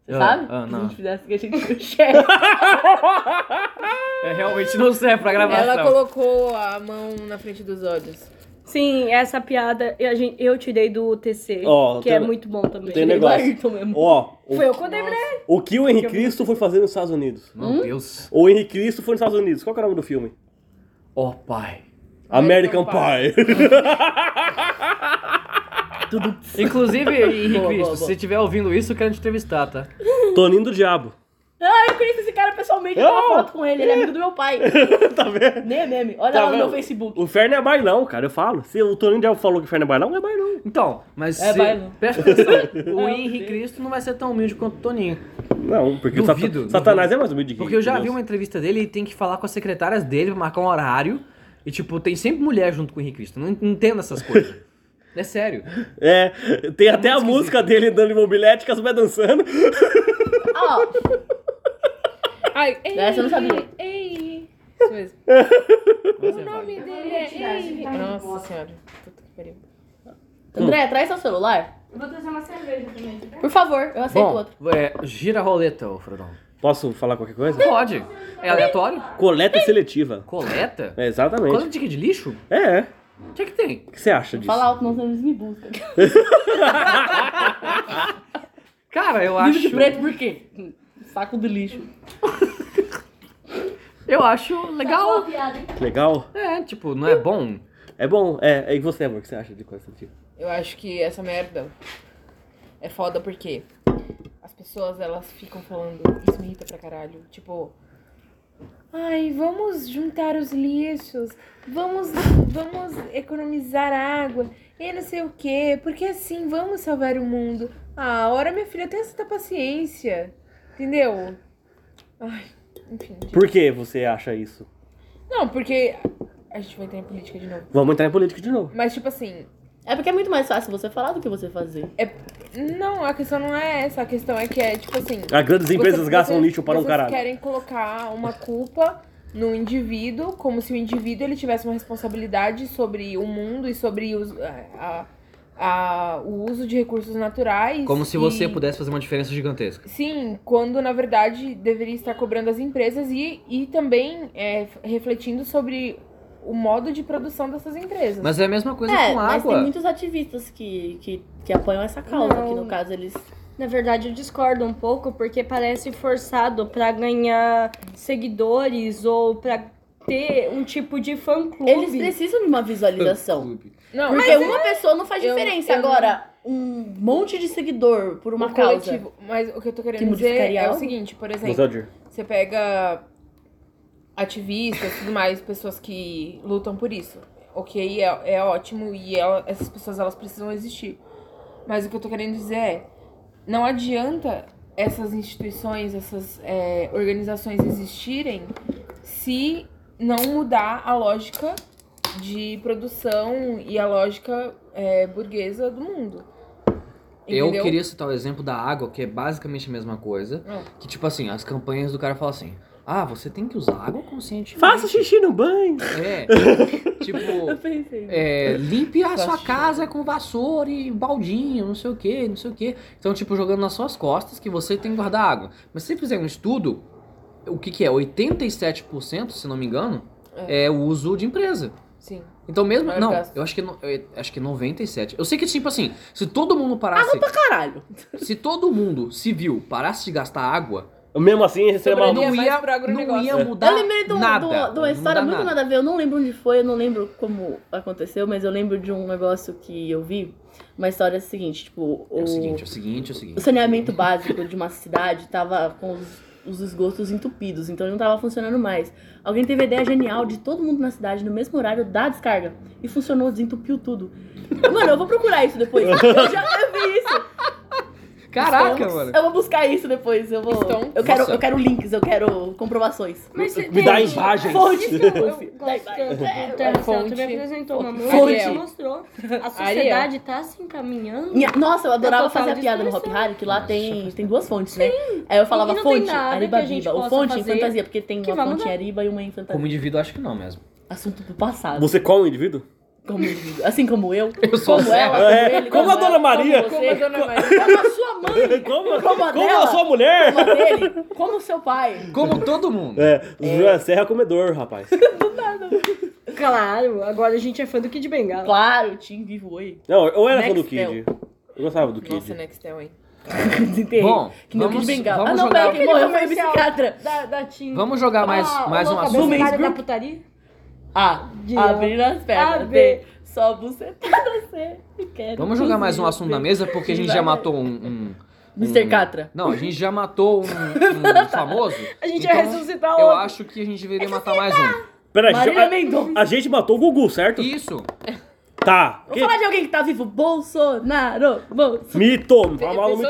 S3: Ah,
S2: Sabe?
S3: ah,
S2: Se a
S3: não.
S2: gente fizesse que a gente enxerga.
S5: [LAUGHS]
S3: É, realmente não serve pra gravação.
S4: Ela colocou a mão na frente dos olhos.
S5: Sim, essa piada eu, a gente- eu tirei do UTC,
S1: Ó,
S5: que
S1: tem-
S5: é muito bom também.
S1: tem
S2: Ele
S1: negócio.
S2: vai, então, mesmo.
S1: Ó, o,
S5: Foi eu que terminei.
S1: o que o Henrique Cristo foi fazer nos Estados Unidos?
S3: Meu Deus.
S1: O Henrique Cristo foi nos Estados Unidos. Qual que é o nome do filme?
S3: Ó, pai.
S1: American,
S4: American
S1: Pie. [LAUGHS]
S3: Inclusive, Henrique
S2: [LAUGHS] Boa, boa,
S3: Cristo,
S2: boa.
S3: se você estiver ouvindo isso, eu quero te entrevistar, tá?
S1: Toninho do Diabo. [LAUGHS]
S2: Ah, eu conheço esse cara pessoalmente, eu tenho uma
S1: Eu?
S2: foto com ele, ele é amigo do meu
S5: [LAUGHS]
S2: pai.
S1: tá vendo?
S2: Nem é meme, olha
S1: Tá
S2: lá no
S1: vendo?
S2: meu Facebook.
S1: O Fer não é bailão, cara, eu falo. Se o Toninho do Diabo falou que o Fer não é bailão, não é bailão.
S3: Então, mas
S2: É,
S3: se...
S2: vai, não. [LAUGHS]
S3: presta atenção, o Henrique Cristo não vai ser tão humilde quanto o Toninho.
S1: Não, porque o
S3: Duvido,
S1: satan-
S3: duvido.
S1: Satanás é mais humilde que
S3: Porque eu já
S1: Deus.
S3: vi uma entrevista dele e tem que falar com as secretárias dele pra marcar um horário. E, tipo, tem sempre mulher junto com o Henrique Cristo. Não entendo
S2: [LAUGHS]
S3: essas coisas. É sério.
S1: É, tem até a
S3: muito
S1: música dele dando em mobilete, que as mulheres dançando.
S2: Ah, ó,
S4: Ai, ei,
S2: Essa eu não sabia.
S4: Ei. Isso mesmo.
S3: Você
S4: O
S3: vai.
S4: nome dele é. Ei. Nossa senhora. que pariu.
S3: Hum.
S2: André, traz seu celular.
S5: Vou trazer uma cerveja também.
S2: Por favor, eu aceito
S3: Bom,
S2: outro.
S3: é, gira a roleta, ô Frodão.
S1: Posso falar qualquer coisa?
S3: Pode. É aleatório?
S1: Coleta seletiva.
S3: Coleta?
S1: É, exatamente.
S3: Coleta de quê? De lixo?
S1: É, é.
S3: O que é que tem?
S1: O que você acha disso?
S2: Fala alto, não eles me
S3: [LAUGHS]
S2: buscam.
S3: Cara, eu
S2: Livro
S3: acho...
S2: de preto por quê? Saco de lixo.
S3: Eu acho
S2: Tá
S3: legal.
S1: Legal?
S3: É, tipo, não é bom.
S1: É bom, é. E você, amor, o que você acha de coleta seletiva?
S4: Eu acho que essa merda é foda porque as pessoas elas ficam falando, isso me irrita pra caralho. Tipo, ai, vamos juntar os lixos, vamos, vamos economizar água e não sei o quê, porque assim vamos salvar o mundo. Ah, ora minha filha, tem essa paciência, entendeu? Ai, enfim. gente.
S1: Por que você acha isso?
S4: Não, porque a gente vai entrar em política de novo.
S1: Vamos entrar em política de novo.
S4: Mas tipo assim,
S2: É porque é muito mais fácil você falar do que você fazer.
S4: não, a questão não é essa, a questão é que é tipo assim.
S1: As grandes empresas
S4: Você-
S1: gastam
S4: você-
S1: lixo para um
S4: vocês
S1: caralho.
S4: querem colocar uma culpa no indivíduo, como se o indivíduo ele tivesse uma responsabilidade sobre o mundo e sobre os- a- a- a- o uso de recursos naturais.
S3: Como se
S4: e-
S3: você pudesse fazer uma diferença gigantesca.
S4: Sim, quando na verdade deveria estar cobrando as empresas e, e também é, refletindo sobre o modo de produção dessas empresas.
S3: Mas é a mesma coisa
S2: é,
S3: com
S2: mas tem
S3: água.
S2: muitos ativistas que, que, que apoiam essa causa,
S5: Não.
S2: que no caso eles.
S5: Na verdade, eu discordo um pouco, porque parece forçado pra ganhar seguidores ou pra ter um tipo de fã-clube.
S2: Eles precisam de uma visualização.
S4: não,
S2: Porque
S4: mas
S3: é.
S2: uma pessoa não faz
S4: eu-
S2: diferença.
S4: eu não-
S2: Agora, um monte de seguidor por uma
S4: o
S2: causa.
S4: coletivo- Mas o que eu tô querendo
S2: Que
S4: dizer
S2: modificaria
S4: é o
S2: algo?
S4: seguinte, por exemplo.
S1: Museu de...
S4: Você pega ativistas, tudo mais, pessoas que lutam por isso. Ok, é, é ótimo e ela- essas pessoas elas precisam existir. Mas o que eu tô querendo dizer é, não adianta essas instituições, essas é, organizações existirem se não mudar a lógica de produção e a lógica é, burguesa do mundo.
S3: Eu
S4: Entendeu?
S3: queria citar o exemplo da água, que é basicamente a mesma coisa.
S4: Hum.
S3: Que, tipo assim, as campanhas do cara falam assim: Ah, você tem que usar água conscientemente.
S1: Faça xixi no banho.
S3: É. [LAUGHS] tipo,
S2: pensei.
S3: é, limpe a sua casa com vassoura e baldinho, não sei o que, não sei o que. Então, tipo, jogando nas suas costas que você tem que guardar água. Mas se você fizer um estudo, o que, que é? 87%, se não me engano, é, o uso de empresa.
S4: Sim.
S3: Então mesmo.
S4: Maior
S3: Não,
S4: gasto.
S3: eu acho que no- eu acho que é 97. Eu sei que, tipo assim, se todo mundo parasse.
S2: Caralho.
S3: Se todo mundo civil parasse de gastar água,
S1: Mesmo assim, isso é uma...
S4: Sobrevivência.
S3: não
S4: mais
S3: ia,
S4: pro
S3: não
S4: agronegócio.
S3: ia mudar
S2: Eu lembrei de, um-
S3: nada.
S2: de uma- de
S3: Não
S2: uma
S3: ia
S2: história
S3: mudar
S2: muito
S3: nada.
S2: nada a ver. Eu não lembro onde foi, eu não lembro como aconteceu, mas eu lembro de um negócio que eu vi. Uma história seguinte, tipo,
S3: É
S2: o,
S3: o seguinte, é o seguinte, é o seguinte.
S2: o saneamento básico de uma cidade tava com os, os esgotos entupidos, então ele não tava funcionando mais. Alguém teve a ideia genial de todo mundo na cidade, no mesmo horário, dar a descarga. E funcionou, desentupiu tudo. Mano, eu vou procurar isso depois. Eu já eu vi isso.
S3: Caraca,
S2: Estamos-
S3: mano.
S2: Eu vou buscar isso depois. Eu vou.
S4: Estamos-
S2: Eu quero,
S3: Nossa.
S2: eu quero links, eu quero comprovações.
S5: Mas,
S1: Me dá
S5: gente,
S1: imagens.
S2: Fonte.
S5: Eu gosto tanto do Terra Santo,
S4: Fonte.
S5: me apresentou uma
S4: Fonte.
S5: música, mostrou. A sociedade tá se encaminhando.
S2: Minha- Nossa, eu adorava
S5: Eu tô
S2: fazer a
S5: falando
S2: piada no
S5: disso,
S2: Hop Hari, que lá
S3: Nossa,
S2: tem, tem duas fontes, né? Aí eu falava
S5: E não tem
S2: fonte,
S5: nada que a gente
S2: Aribabiba. Ou
S5: possa
S2: fonte e
S5: fazer
S2: fantasia, porque tem
S5: que
S2: uma
S5: vá
S2: fonte em
S5: mudar.
S2: Ariba e uma em fantasia.
S3: Como indivíduo, acho que não mesmo.
S2: [LAUGHS] Assunto do passado.
S1: Você come o indivíduo?
S2: Como- assim como
S3: [LAUGHS]
S2: eu,
S3: Eu sou
S2: como
S3: a
S2: ela,
S1: Zé.
S2: como
S1: É,
S2: ele,
S1: como a Dona
S2: ela,
S1: Maria.
S2: Como,
S4: Como a
S2: você,
S4: dona Maria.
S2: como a sua mãe,
S1: [LAUGHS] Como,
S2: Como a
S1: como
S2: dela?
S1: a sua mulher?
S2: como a dele, como o seu pai.
S3: Como todo mundo.
S1: É, João Serra é comedor, rapaz.
S5: Claro, agora a gente é fã do Kid Bengala.
S2: Claro, Tim vivo oi.
S1: Não, eu era fã do
S2: Next
S1: Kid. Eu gostava do Kid.
S4: Nossa, né? é Nextel, hein?
S2: [LAUGHS] Desenterrei.
S3: Bom,
S2: que nem o Kid
S3: vamos-
S2: Bengala. Ah,
S3: vamos
S2: não,
S3: jogar-
S2: peraí, Ah, que ele morreu foi psiquiatra.
S5: Da, da Tim. Ah,
S3: Vamos jogar mais, mais um
S5: uma
S3: assunto.
S2: Men's
S5: da
S2: Group.
S5: putaria?
S2: A.
S5: De
S2: Abrir Ah, as pernas.
S5: A,
S2: B. Só bucetada. C. Quero
S3: Vamos jogar mais um
S2: cozinhar.
S3: assunto na mesa, porque a gente já matou um. um-
S2: Mr.
S3: um-
S2: Catra.
S3: Não, a gente já matou um, um famoso.
S5: A gente
S3: então
S5: vai ressuscitar
S3: Eu
S5: outro.
S3: acho que a gente deveria matar mais um.
S1: Peraí,
S2: Marília
S1: a,
S2: Mendonça.
S1: a gente matou o Gugu, certo?
S3: Isso.
S1: Tá.
S2: Vamos falar de alguém que tá vivo.
S1: Mito, não fala mal do mito,
S2: Bolsonaro. Bolsonaro.
S4: É, Pessoas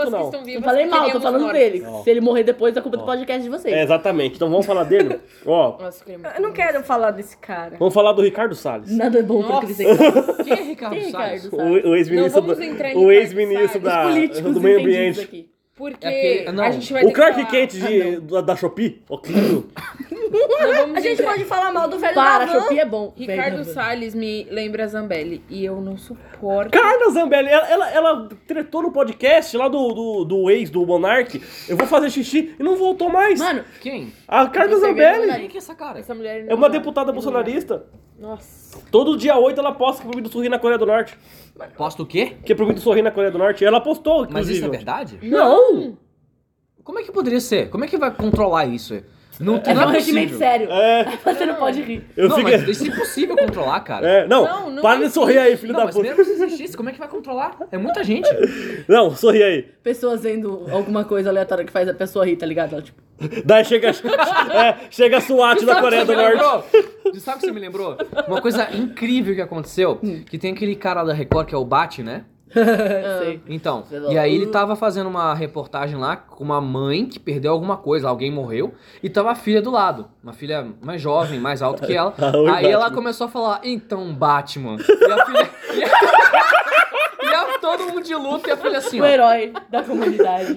S4: que
S1: não.
S4: estão
S2: Não
S4: vivas
S2: falei
S4: que
S2: mal, tô
S4: queremos
S2: falando
S4: mortos.
S2: dele.
S1: Ó.
S2: Se ele morrer depois, é culpa do
S1: Ó.
S2: podcast de vocês.
S1: É, exatamente. Então vamos falar dele? Ó,
S4: Nossa, eu queria muito
S5: Eu não quero falar desse cara.
S1: vamos falar do Ricardo Salles.
S2: Nada é bom pra
S4: Nossa.
S2: crescer.
S1: [LAUGHS]
S2: Quem
S3: Quem é Ricardo
S2: é
S3: Salles?
S2: Ricardo, sabe?
S1: O, o ex-ministro
S4: Não vamos entrar
S1: do,
S4: em
S1: o ex-ministro
S4: Ricardo
S1: da,
S2: Políticos
S1: do meio
S2: entendidos
S1: ambiente.
S2: aqui.
S4: Porque
S3: É aquele- não.
S4: a gente vai ter
S1: O Clark
S4: que falar...
S1: Kent de, da, da Shopee, ó, Clio.
S4: Não vamos
S5: A gente
S4: dizer.
S5: pode falar mal do velho
S2: Para,
S5: da van.
S2: Shopee é bom.
S4: Ricardo
S2: Velho da van.
S4: Salles me lembra a Zambelli e eu não suporto.
S1: [LAUGHS] Carla Zambelli, ela, ela, ela tretou no podcast lá do, do, do ex do Monark. Eu vou fazer xixi e não voltou mais.
S2: Mano,
S3: Quem?
S1: a Carla
S4: você vê
S1: Zambelli
S3: Quem que é essa cara?
S4: Essa mulher
S1: é uma deputada bolsonarista.
S2: nossa.
S1: Todo dia 8 ela posta que é proibido sorrir na Coreia do Norte.
S3: Posta o quê?
S1: Que é proibido sorrir na Coreia do Norte. Ela postou, inclusive.
S3: Mas isso é verdade?
S1: Não!
S3: Como é que poderia ser? Como é que vai controlar isso? Não,
S2: É
S3: não
S2: um
S3: é
S2: regimento
S3: possível.
S2: sério.
S1: É,
S2: Você não pode rir.
S1: eu
S3: não,
S1: fiquei...
S3: mas isso é impossível controlar, cara.
S1: É, não,
S4: Não, não
S1: para de sorrir aí, filho
S3: Não,
S1: da
S3: mas
S1: puta.
S3: mesmo se existisse, como é que vai controlar? É muita
S1: [LAUGHS]
S3: gente.
S1: Não, sorri aí.
S2: Pessoas vendo alguma coisa aleatória que faz a pessoa rir, tá ligado? Ela, tipo,
S1: Daí chega, [LAUGHS] é, chega a SWAT da Coreia do Norte.
S3: Norte. Sabe o que você me lembrou? Uma coisa incrível que aconteceu, que tem aquele cara da Record que é o Bat, né?
S4: É.
S2: sei.
S3: Então,
S2: Sei lá.
S3: e aí ele
S1: "Uh."
S3: tava fazendo uma reportagem lá com uma mãe que perdeu alguma coisa, alguém morreu, e tava a filha do lado, uma filha mais jovem, mais alta que ela.
S1: [LAUGHS] Ah, oi,
S3: aí ela
S1: Batman.
S3: começou a falar, então Batman. E a filha. [LAUGHS] e a- E a- todo mundo de luto e a filha assim,
S2: O
S3: ó.
S2: herói da
S4: [LAUGHS]
S2: comunidade.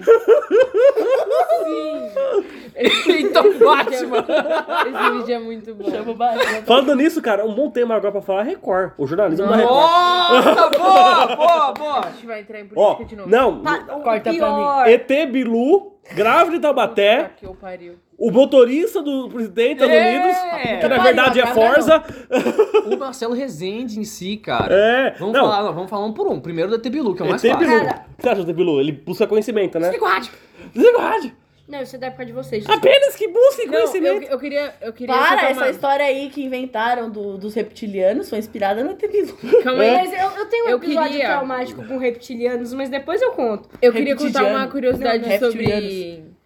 S3: Então Batman.
S4: [LAUGHS] Esse vídeo é muito bom.
S2: Chama o Batman.
S1: Falando nisso, cara, um bom tema agora pra falar é Record. O jornalismo da Record.
S3: Nossa, boa, boa, boa.
S4: A gente vai entrar em política
S1: Ó,
S4: de novo.
S1: não,
S5: Tá.
S2: Corta pra
S5: Pior.
S1: ET Bilu, grávida de
S4: Puta
S1: Taubaté,
S4: que eu pariu.
S1: o motorista do presidente dos Estados
S3: É.
S1: Unidos, que na
S2: Pariu,
S1: verdade é
S2: a grávida
S1: Forza.
S3: O Marcelo Rezende em si, cara.
S1: É,
S3: Vamos
S1: não,
S3: falar, não, vamos falar um por um. Primeiro da Tebilu, que é o mais
S1: ET
S3: fácil.
S1: Bilu. O que você acha do ET Bilu? Ele busca conhecimento, né?
S2: mim. Guarde.
S1: Desliga o rádio.
S5: Não, isso é da época de vocês.
S1: Apenas que busque
S4: Não, eu,
S1: conhecimento.
S4: eu queria. Eu queria
S2: Para,
S4: citar
S2: essa
S4: uma-
S2: história aí que inventaram do- dos reptilianos foi inspirada no Etebilu.
S4: [LAUGHS] Calma aí.
S1: É
S5: Mas eu, eu tenho um
S4: Eu
S5: episódio
S4: queria-
S5: traumático com reptilianos, mas depois eu conto.
S4: Eu queria contar
S2: Reptiliano.
S4: uma curiosidade
S2: Não, é não.
S4: sobre.
S2: Reptilianos.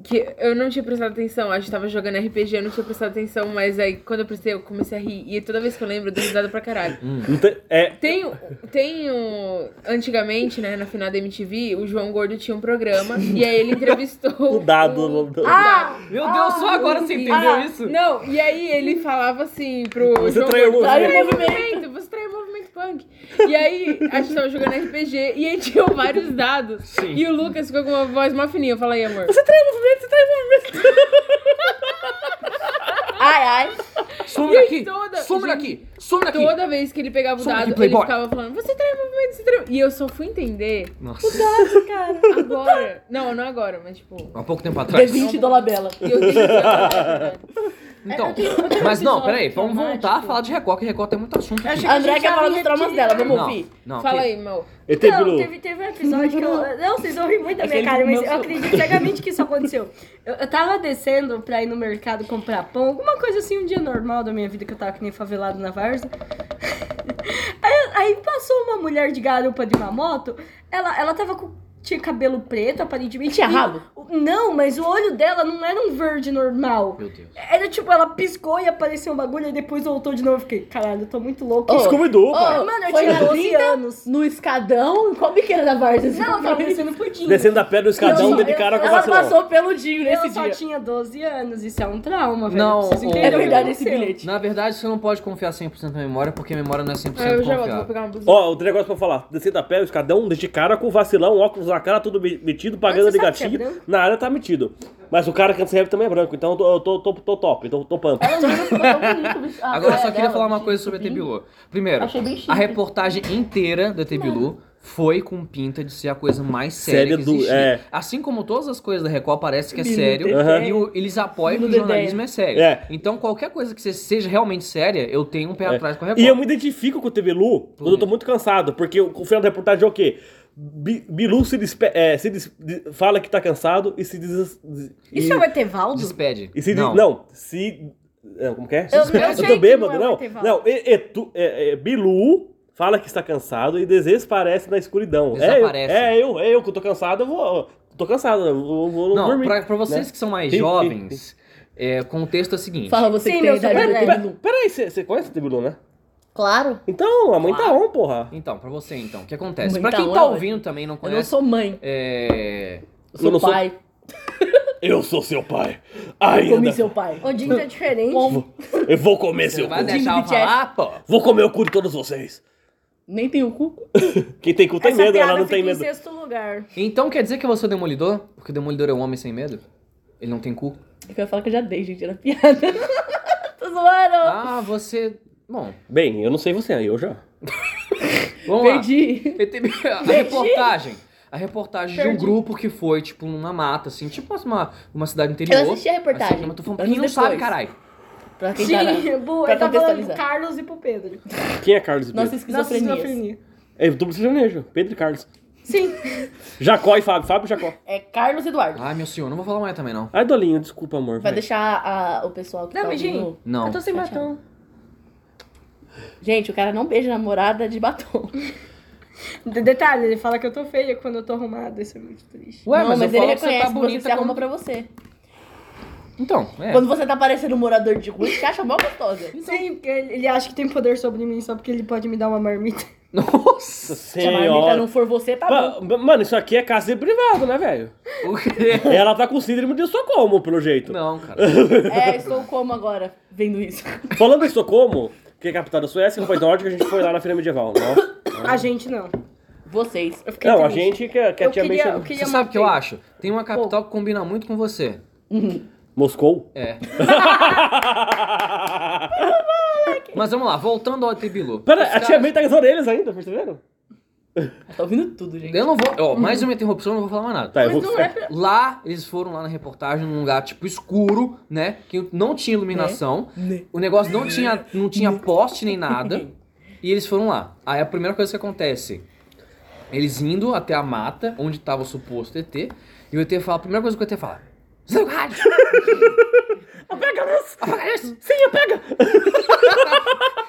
S4: Que eu não tinha prestado atenção. A gente tava jogando RPG, eu não tinha prestado atenção, mas aí quando eu prestei, eu comecei a rir. E toda vez que eu lembro, eu dou risada pra caralho.
S1: Não tem- É,
S4: Tem, tem um. Antigamente, né, na final da MTV, o João Gordo tinha um programa. e aí ele entrevistou.
S1: [LAUGHS] o dado.
S4: o-
S1: do- do-
S5: [LAUGHS]
S2: Ah!
S3: Meu Deus, só agora você entendeu
S4: Ah,
S3: isso?
S4: Não, e aí ele falava assim pro
S1: Você
S4: João
S1: traiu
S4: Gordo,
S1: o
S4: "Você
S2: movimento."
S4: traiu o movimento, você traiu o movimento punk. E aí a gente tava jogando RPG e aí tinham vários dados.
S3: Sim.
S4: E o Lucas ficou com uma voz mó fininha. Fala aí, amor.
S1: tá
S2: Ai, ai.
S3: Some daqui!
S4: toda-
S3: Some
S4: gente,
S3: daqui! Some daqui!
S4: Toda vez que ele pegava o
S3: Só aqui,
S4: dado, ele
S3: playboy.
S4: ficava falando, você traiu o movimento, você traiu. E eu só fui entender
S3: Nossa,
S4: agora. Não, não agora, mas tipo.
S3: há pouco tempo atrás.
S2: D20 Dona Bela.
S4: E
S1: [LAUGHS]
S4: eu tenho É,
S3: Então,
S5: Eu tenho- eu tenho um
S3: mas não,
S5: episódio
S3: peraí, vamos
S5: traumático.
S3: voltar a falar de Record, que Record tem muito
S4: É,
S3: assunto. aqui.
S2: A André quer falar dos
S5: reptiliano.
S2: traumas dela, vamos
S3: Não,
S2: ouvir.
S3: não,
S4: Fala
S3: que-
S4: aí, Mel.
S1: ET
S5: Não,
S1: Bilu.
S5: teve, teve um episódio que eu. Não, vocês vão rir muito da minha
S2: Aquele
S5: cara,
S2: do
S5: mas
S2: meu
S5: eu
S2: sogro.
S5: acredito cegamente que isso aconteceu. Eu, eu tava descendo pra ir no mercado comprar pão, alguma coisa assim, um dia normal da minha vida que eu tava que nem favelado na Varsa. [LAUGHS] Aí, aí passou uma mulher de garupa de uma moto, ela, ela tava com. Tinha cabelo preto, aparentemente.
S2: Tinha
S5: E-
S2: rabo?
S5: Não, mas o olho dela não era um verde normal.
S3: Meu Deus.
S5: Era tipo, ela piscou e apareceu um bagulho e depois voltou de novo. Eu fiquei, caralho, eu tô muito louca.
S2: Ô,
S1: Scooby-Doo,
S2: Ô,
S1: cara.
S5: Mano, eu
S2: foi
S5: tinha
S2: na
S5: 12
S2: 30,
S5: anos.
S2: No escadão, em qual biqueira da Varsa?
S5: Não, tá ela tava descendo pudim.
S1: Descendo a pedra do escadão,
S2: um
S5: Eu-
S1: deu de cara com o
S2: Ela
S1: vacilão.
S2: passou pelo Dinho nesse
S5: eu só
S2: dia.
S5: tinha 12 anos, isso é um trauma, velho.
S3: Não,
S5: Eu preciso
S3: o-
S5: entender
S2: É
S5: o que
S2: verdade esse
S5: aconteceu.
S2: bilhete.
S3: Na verdade, você não pode confiar 100% na memória, porque a memória não é 100%
S4: Ah, eu já volto, vou
S3: confiável.
S4: pegar uma blusa.
S1: Ó, outro negócio pra falar. Descendo a pedra do escadão, deu um de cara com o vacilão, óculos na cara, tudo me- metido, pagando
S5: Mas
S1: de
S5: você sabe
S1: gatinho.
S5: que é branco?
S1: Na área tá metido. Mas o cara que serve também é branco, então eu tô, eu tô, tô, tô top, então eu tô pump.
S2: Ela não é ficou tão bonito, bicho. A
S3: [LAUGHS] Agora, eu só
S2: cara
S3: queria
S2: dela,
S3: falar uma
S2: bicho,
S3: coisa sobre a
S2: bicho.
S3: Tebilu. Primeiro,
S2: Achei bem chique.
S3: a reportagem inteira da Tebilu foi com pinta de ser a coisa mais séria
S1: Séria
S3: que
S1: do-
S3: existia.
S1: é.
S3: Assim como todas as coisas da Record, parece que é
S2: Bilu
S3: sério.
S1: Dedé.
S3: E o- eles apoiam que
S2: Bilu
S3: o
S2: Dedé.
S3: jornalismo é sério.
S1: É.
S3: Então, qualquer coisa que você seja realmente séria, eu tenho um pé atrás
S5: É
S3: com a Record.
S1: E é eu me identifico com o Bilu quando eu tô muito cansado, porque o o final da reportagem é o quê? Bi- Bilu se, despe- é, se des- de- fala que tá cansado e se des... des- e,
S5: Isso é o Etevaldo?
S3: Despede.
S1: e se des-
S3: não.
S1: não. se... é, como que é?
S5: Eu- eu sei
S1: tô
S5: que
S1: bêbado,
S5: não é o
S1: não. Não,
S5: Etevaldo.
S1: e- e tu- é- é, Bilu fala que está cansado e desaparece na escuridão. É eu,
S3: Desaparece.
S1: é eu, é eu que eu tô cansado, eu vou... Tô cansado, eu vou, vou
S3: Não,
S1: dormir.
S3: pra, pra vocês
S1: né?
S3: que são mais
S1: Sim, sim,
S3: jovens, é, o contexto é o seguinte.
S2: Fala você
S5: Sim,
S2: que tem a
S5: meu
S2: idade do
S5: super-
S1: Pera-
S2: Etebilu.
S1: Peraí, você você conhece o Bilu, né?
S2: Claro.
S1: Então, a mãe tá on, porra.
S3: Então, pra você então, o que acontece?
S2: Mãe
S3: Pra
S2: tá
S3: quem
S2: on,
S3: tá
S2: é
S3: ouvindo também e não
S2: Eu não
S3: conhece,
S2: sou mãe,
S3: é...
S2: eu
S1: Eu
S2: sou
S1: não sou-
S2: pai.
S1: Eu sou seu pai.
S2: Eu comi
S1: Ainda.
S2: seu pai.
S5: O Dinho é diferente.
S1: Eu vou comer
S3: Você
S1: seu
S3: vai
S1: cu.
S3: deixar eu
S2: Jimmy Jeff.
S3: falar, pô?
S1: Vou comer o cu de todos vocês.
S2: Nem tenho cu.
S1: Quem tem cu tem
S5: Essa
S1: medo,
S5: piada
S1: ela não
S5: fica
S1: tem
S5: em
S1: medo.
S5: sexto lugar.
S3: Então quer dizer que eu vou ser o Demolidor? Porque o Demolidor é um homem é sem medo? Ele não tem cu?
S2: Eu quero falar que eu já dei, gente, era piada. Tô zoando.
S3: Ah, você. Bom,
S1: Bem, eu não sei você, eu já.
S3: vamos lá.
S2: Perdi.
S3: Ele teve [LAUGHS] a reportagem. A reportagem de um grupo que foi, tipo, numa mata, assim, tipo uma, uma cidade interior. Assim,
S2: Eu assisti a reportagem.
S3: mas tô falando,
S2: Anos
S3: quem não sabe,
S2: depois.
S3: caralho.
S2: Pra quem tá na...
S5: Sim, Bu,
S2: Pra
S5: ele tá falando pro
S2: contextualizar.
S5: Carlos e pro Pedro.
S1: Quem é Carlos e
S2: Nossa
S1: Pedro?
S2: esquizofrenia.
S1: É duplo sertanejo, Pedro e Carlos.
S5: Sim.
S1: Jacó e Fábio, Fábio e Jacó.
S2: É Carlos Eduardo.
S3: Ai, Ah, meu senhor, não vou falar mais também, não.
S1: Ai, Dolinho, desculpa, amor.
S2: Vai
S1: velho.
S2: deixar a- o pessoal que
S5: Dá
S2: tá
S5: um beijinho.
S2: ouvindo-
S3: Não.
S5: Eu tô sem
S2: Tchau, tchau.
S5: batom.
S2: Gente, o cara não beija namorada de batom.
S5: De- detalhe, ele fala que eu tô feia quando eu tô arrumada. Isso é muito triste.
S3: Ué,
S2: não,
S3: mas,
S2: mas,
S3: eu
S2: ele
S3: falo que
S2: reconhece
S3: você tá
S2: que você,
S3: bonita
S2: se arruma
S3: como...
S2: pra você.
S3: Então, é.
S2: Quando você tá parecendo um morador de rua, você acha mó gostosa.
S5: Sim, porque ele, ele acha que tem poder sobre mim só porque ele pode me dar uma marmita.
S3: [LAUGHS] Nossa
S2: Se a marmita
S1: Senhora.
S2: não for você, tá bom.
S1: Pa- Mano, isso aqui é casa de privado, né, velho?
S3: O quê?
S1: Ela tá com síndrome de Estocolmo, pelo jeito.
S3: Não, cara.
S2: É, estou como agora, vendo isso.
S1: Falando em Estocolmo, que é a capital da Suécia, no país nórdico, a gente foi lá na feira medieval. Não,
S5: A gente não.
S2: Vocês.
S5: Eu fiquei
S1: não a
S5: triste.
S1: gente é que, que a
S5: Eu
S1: tia
S5: queria, eu
S1: mencionou.
S5: queria
S3: Você sabe o que eu
S5: uma-
S3: acho? Tem uma capital que combina muito com você. [LAUGHS]
S1: Moscou?
S3: É. Mas vamos lá, voltando ao Tebilu.
S1: Pera,
S3: Os
S1: a tia
S3: caras-
S1: May tá com as orelhas ainda, perceberam?
S2: Tá ouvindo tudo, gente.
S3: Eu não vou. Ó, mais uma interrupção, eu não vou falar mais nada.
S1: Tá, eu vou.
S5: Mas não é pra...
S3: Lá, eles foram lá na reportagem, num lugar tipo escuro, né? Que não tinha iluminação.
S2: Né.
S3: O negócio não tinha, não tinha poste nem nada. E eles foram lá. Aí a primeira coisa que acontece: eles indo até a mata, onde tava o suposto ET. E o ET fala: a primeira coisa que o ET fala. Seu rádio!
S1: Pega a luz!
S3: apaga isso!"
S1: Sim, apaga!
S3: [LAUGHS]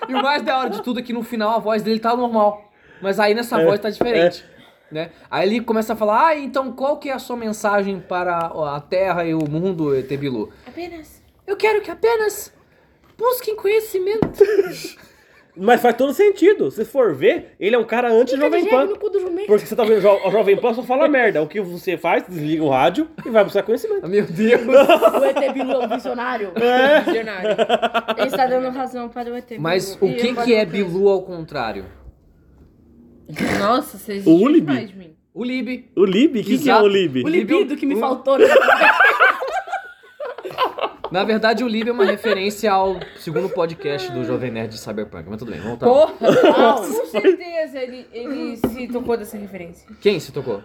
S3: E o mais da hora de tudo é que no final a voz dele tá normal. Mas aí nessa
S1: É.
S3: voz tá diferente. Né? Aí ele começa a falar: Ah, então qual que é a sua mensagem para a Terra e o mundo, ET Bilu?
S4: Apenas.
S3: Eu quero que apenas busquem conhecimento. [LAUGHS]
S1: Mas faz todo sentido. Se for ver, ele é um cara anti-Jovem Pan.
S2: no cu do jumento.
S1: Porque você tá vendo jo- o Jovem Pan só fala merda. O que você faz? Desliga o rádio e vai buscar conhecimento.
S3: Ah, Meu Deus.
S2: O ET Bilu é um
S4: [LAUGHS]
S2: visionário.
S4: um Visionário.
S5: Ele está dando razão para o ET.
S3: [LAUGHS] Mas
S5: Bilu.
S3: o
S5: E
S3: que
S5: eu
S3: que
S5: gosto
S3: é
S5: do
S3: Bilu ao contrário?
S4: Nossa, vocês
S1: O Ulibi?
S4: demais de mim.
S3: O Lib.
S1: O Lib? O que, que é
S3: Exato.
S1: o Lib?
S2: O libido que me
S4: um.
S3: O-
S2: faltou. né?
S3: Na verdade, o Lib é uma referência ao segundo podcast do Jovem Nerd de Cyberpunk. Mas tudo bem, vamos voltar.
S4: Porra!
S2: Não.
S4: Com certeza ele, ele se tocou dessa referência.
S3: Quem se
S4: [LAUGHS]
S3: tocou?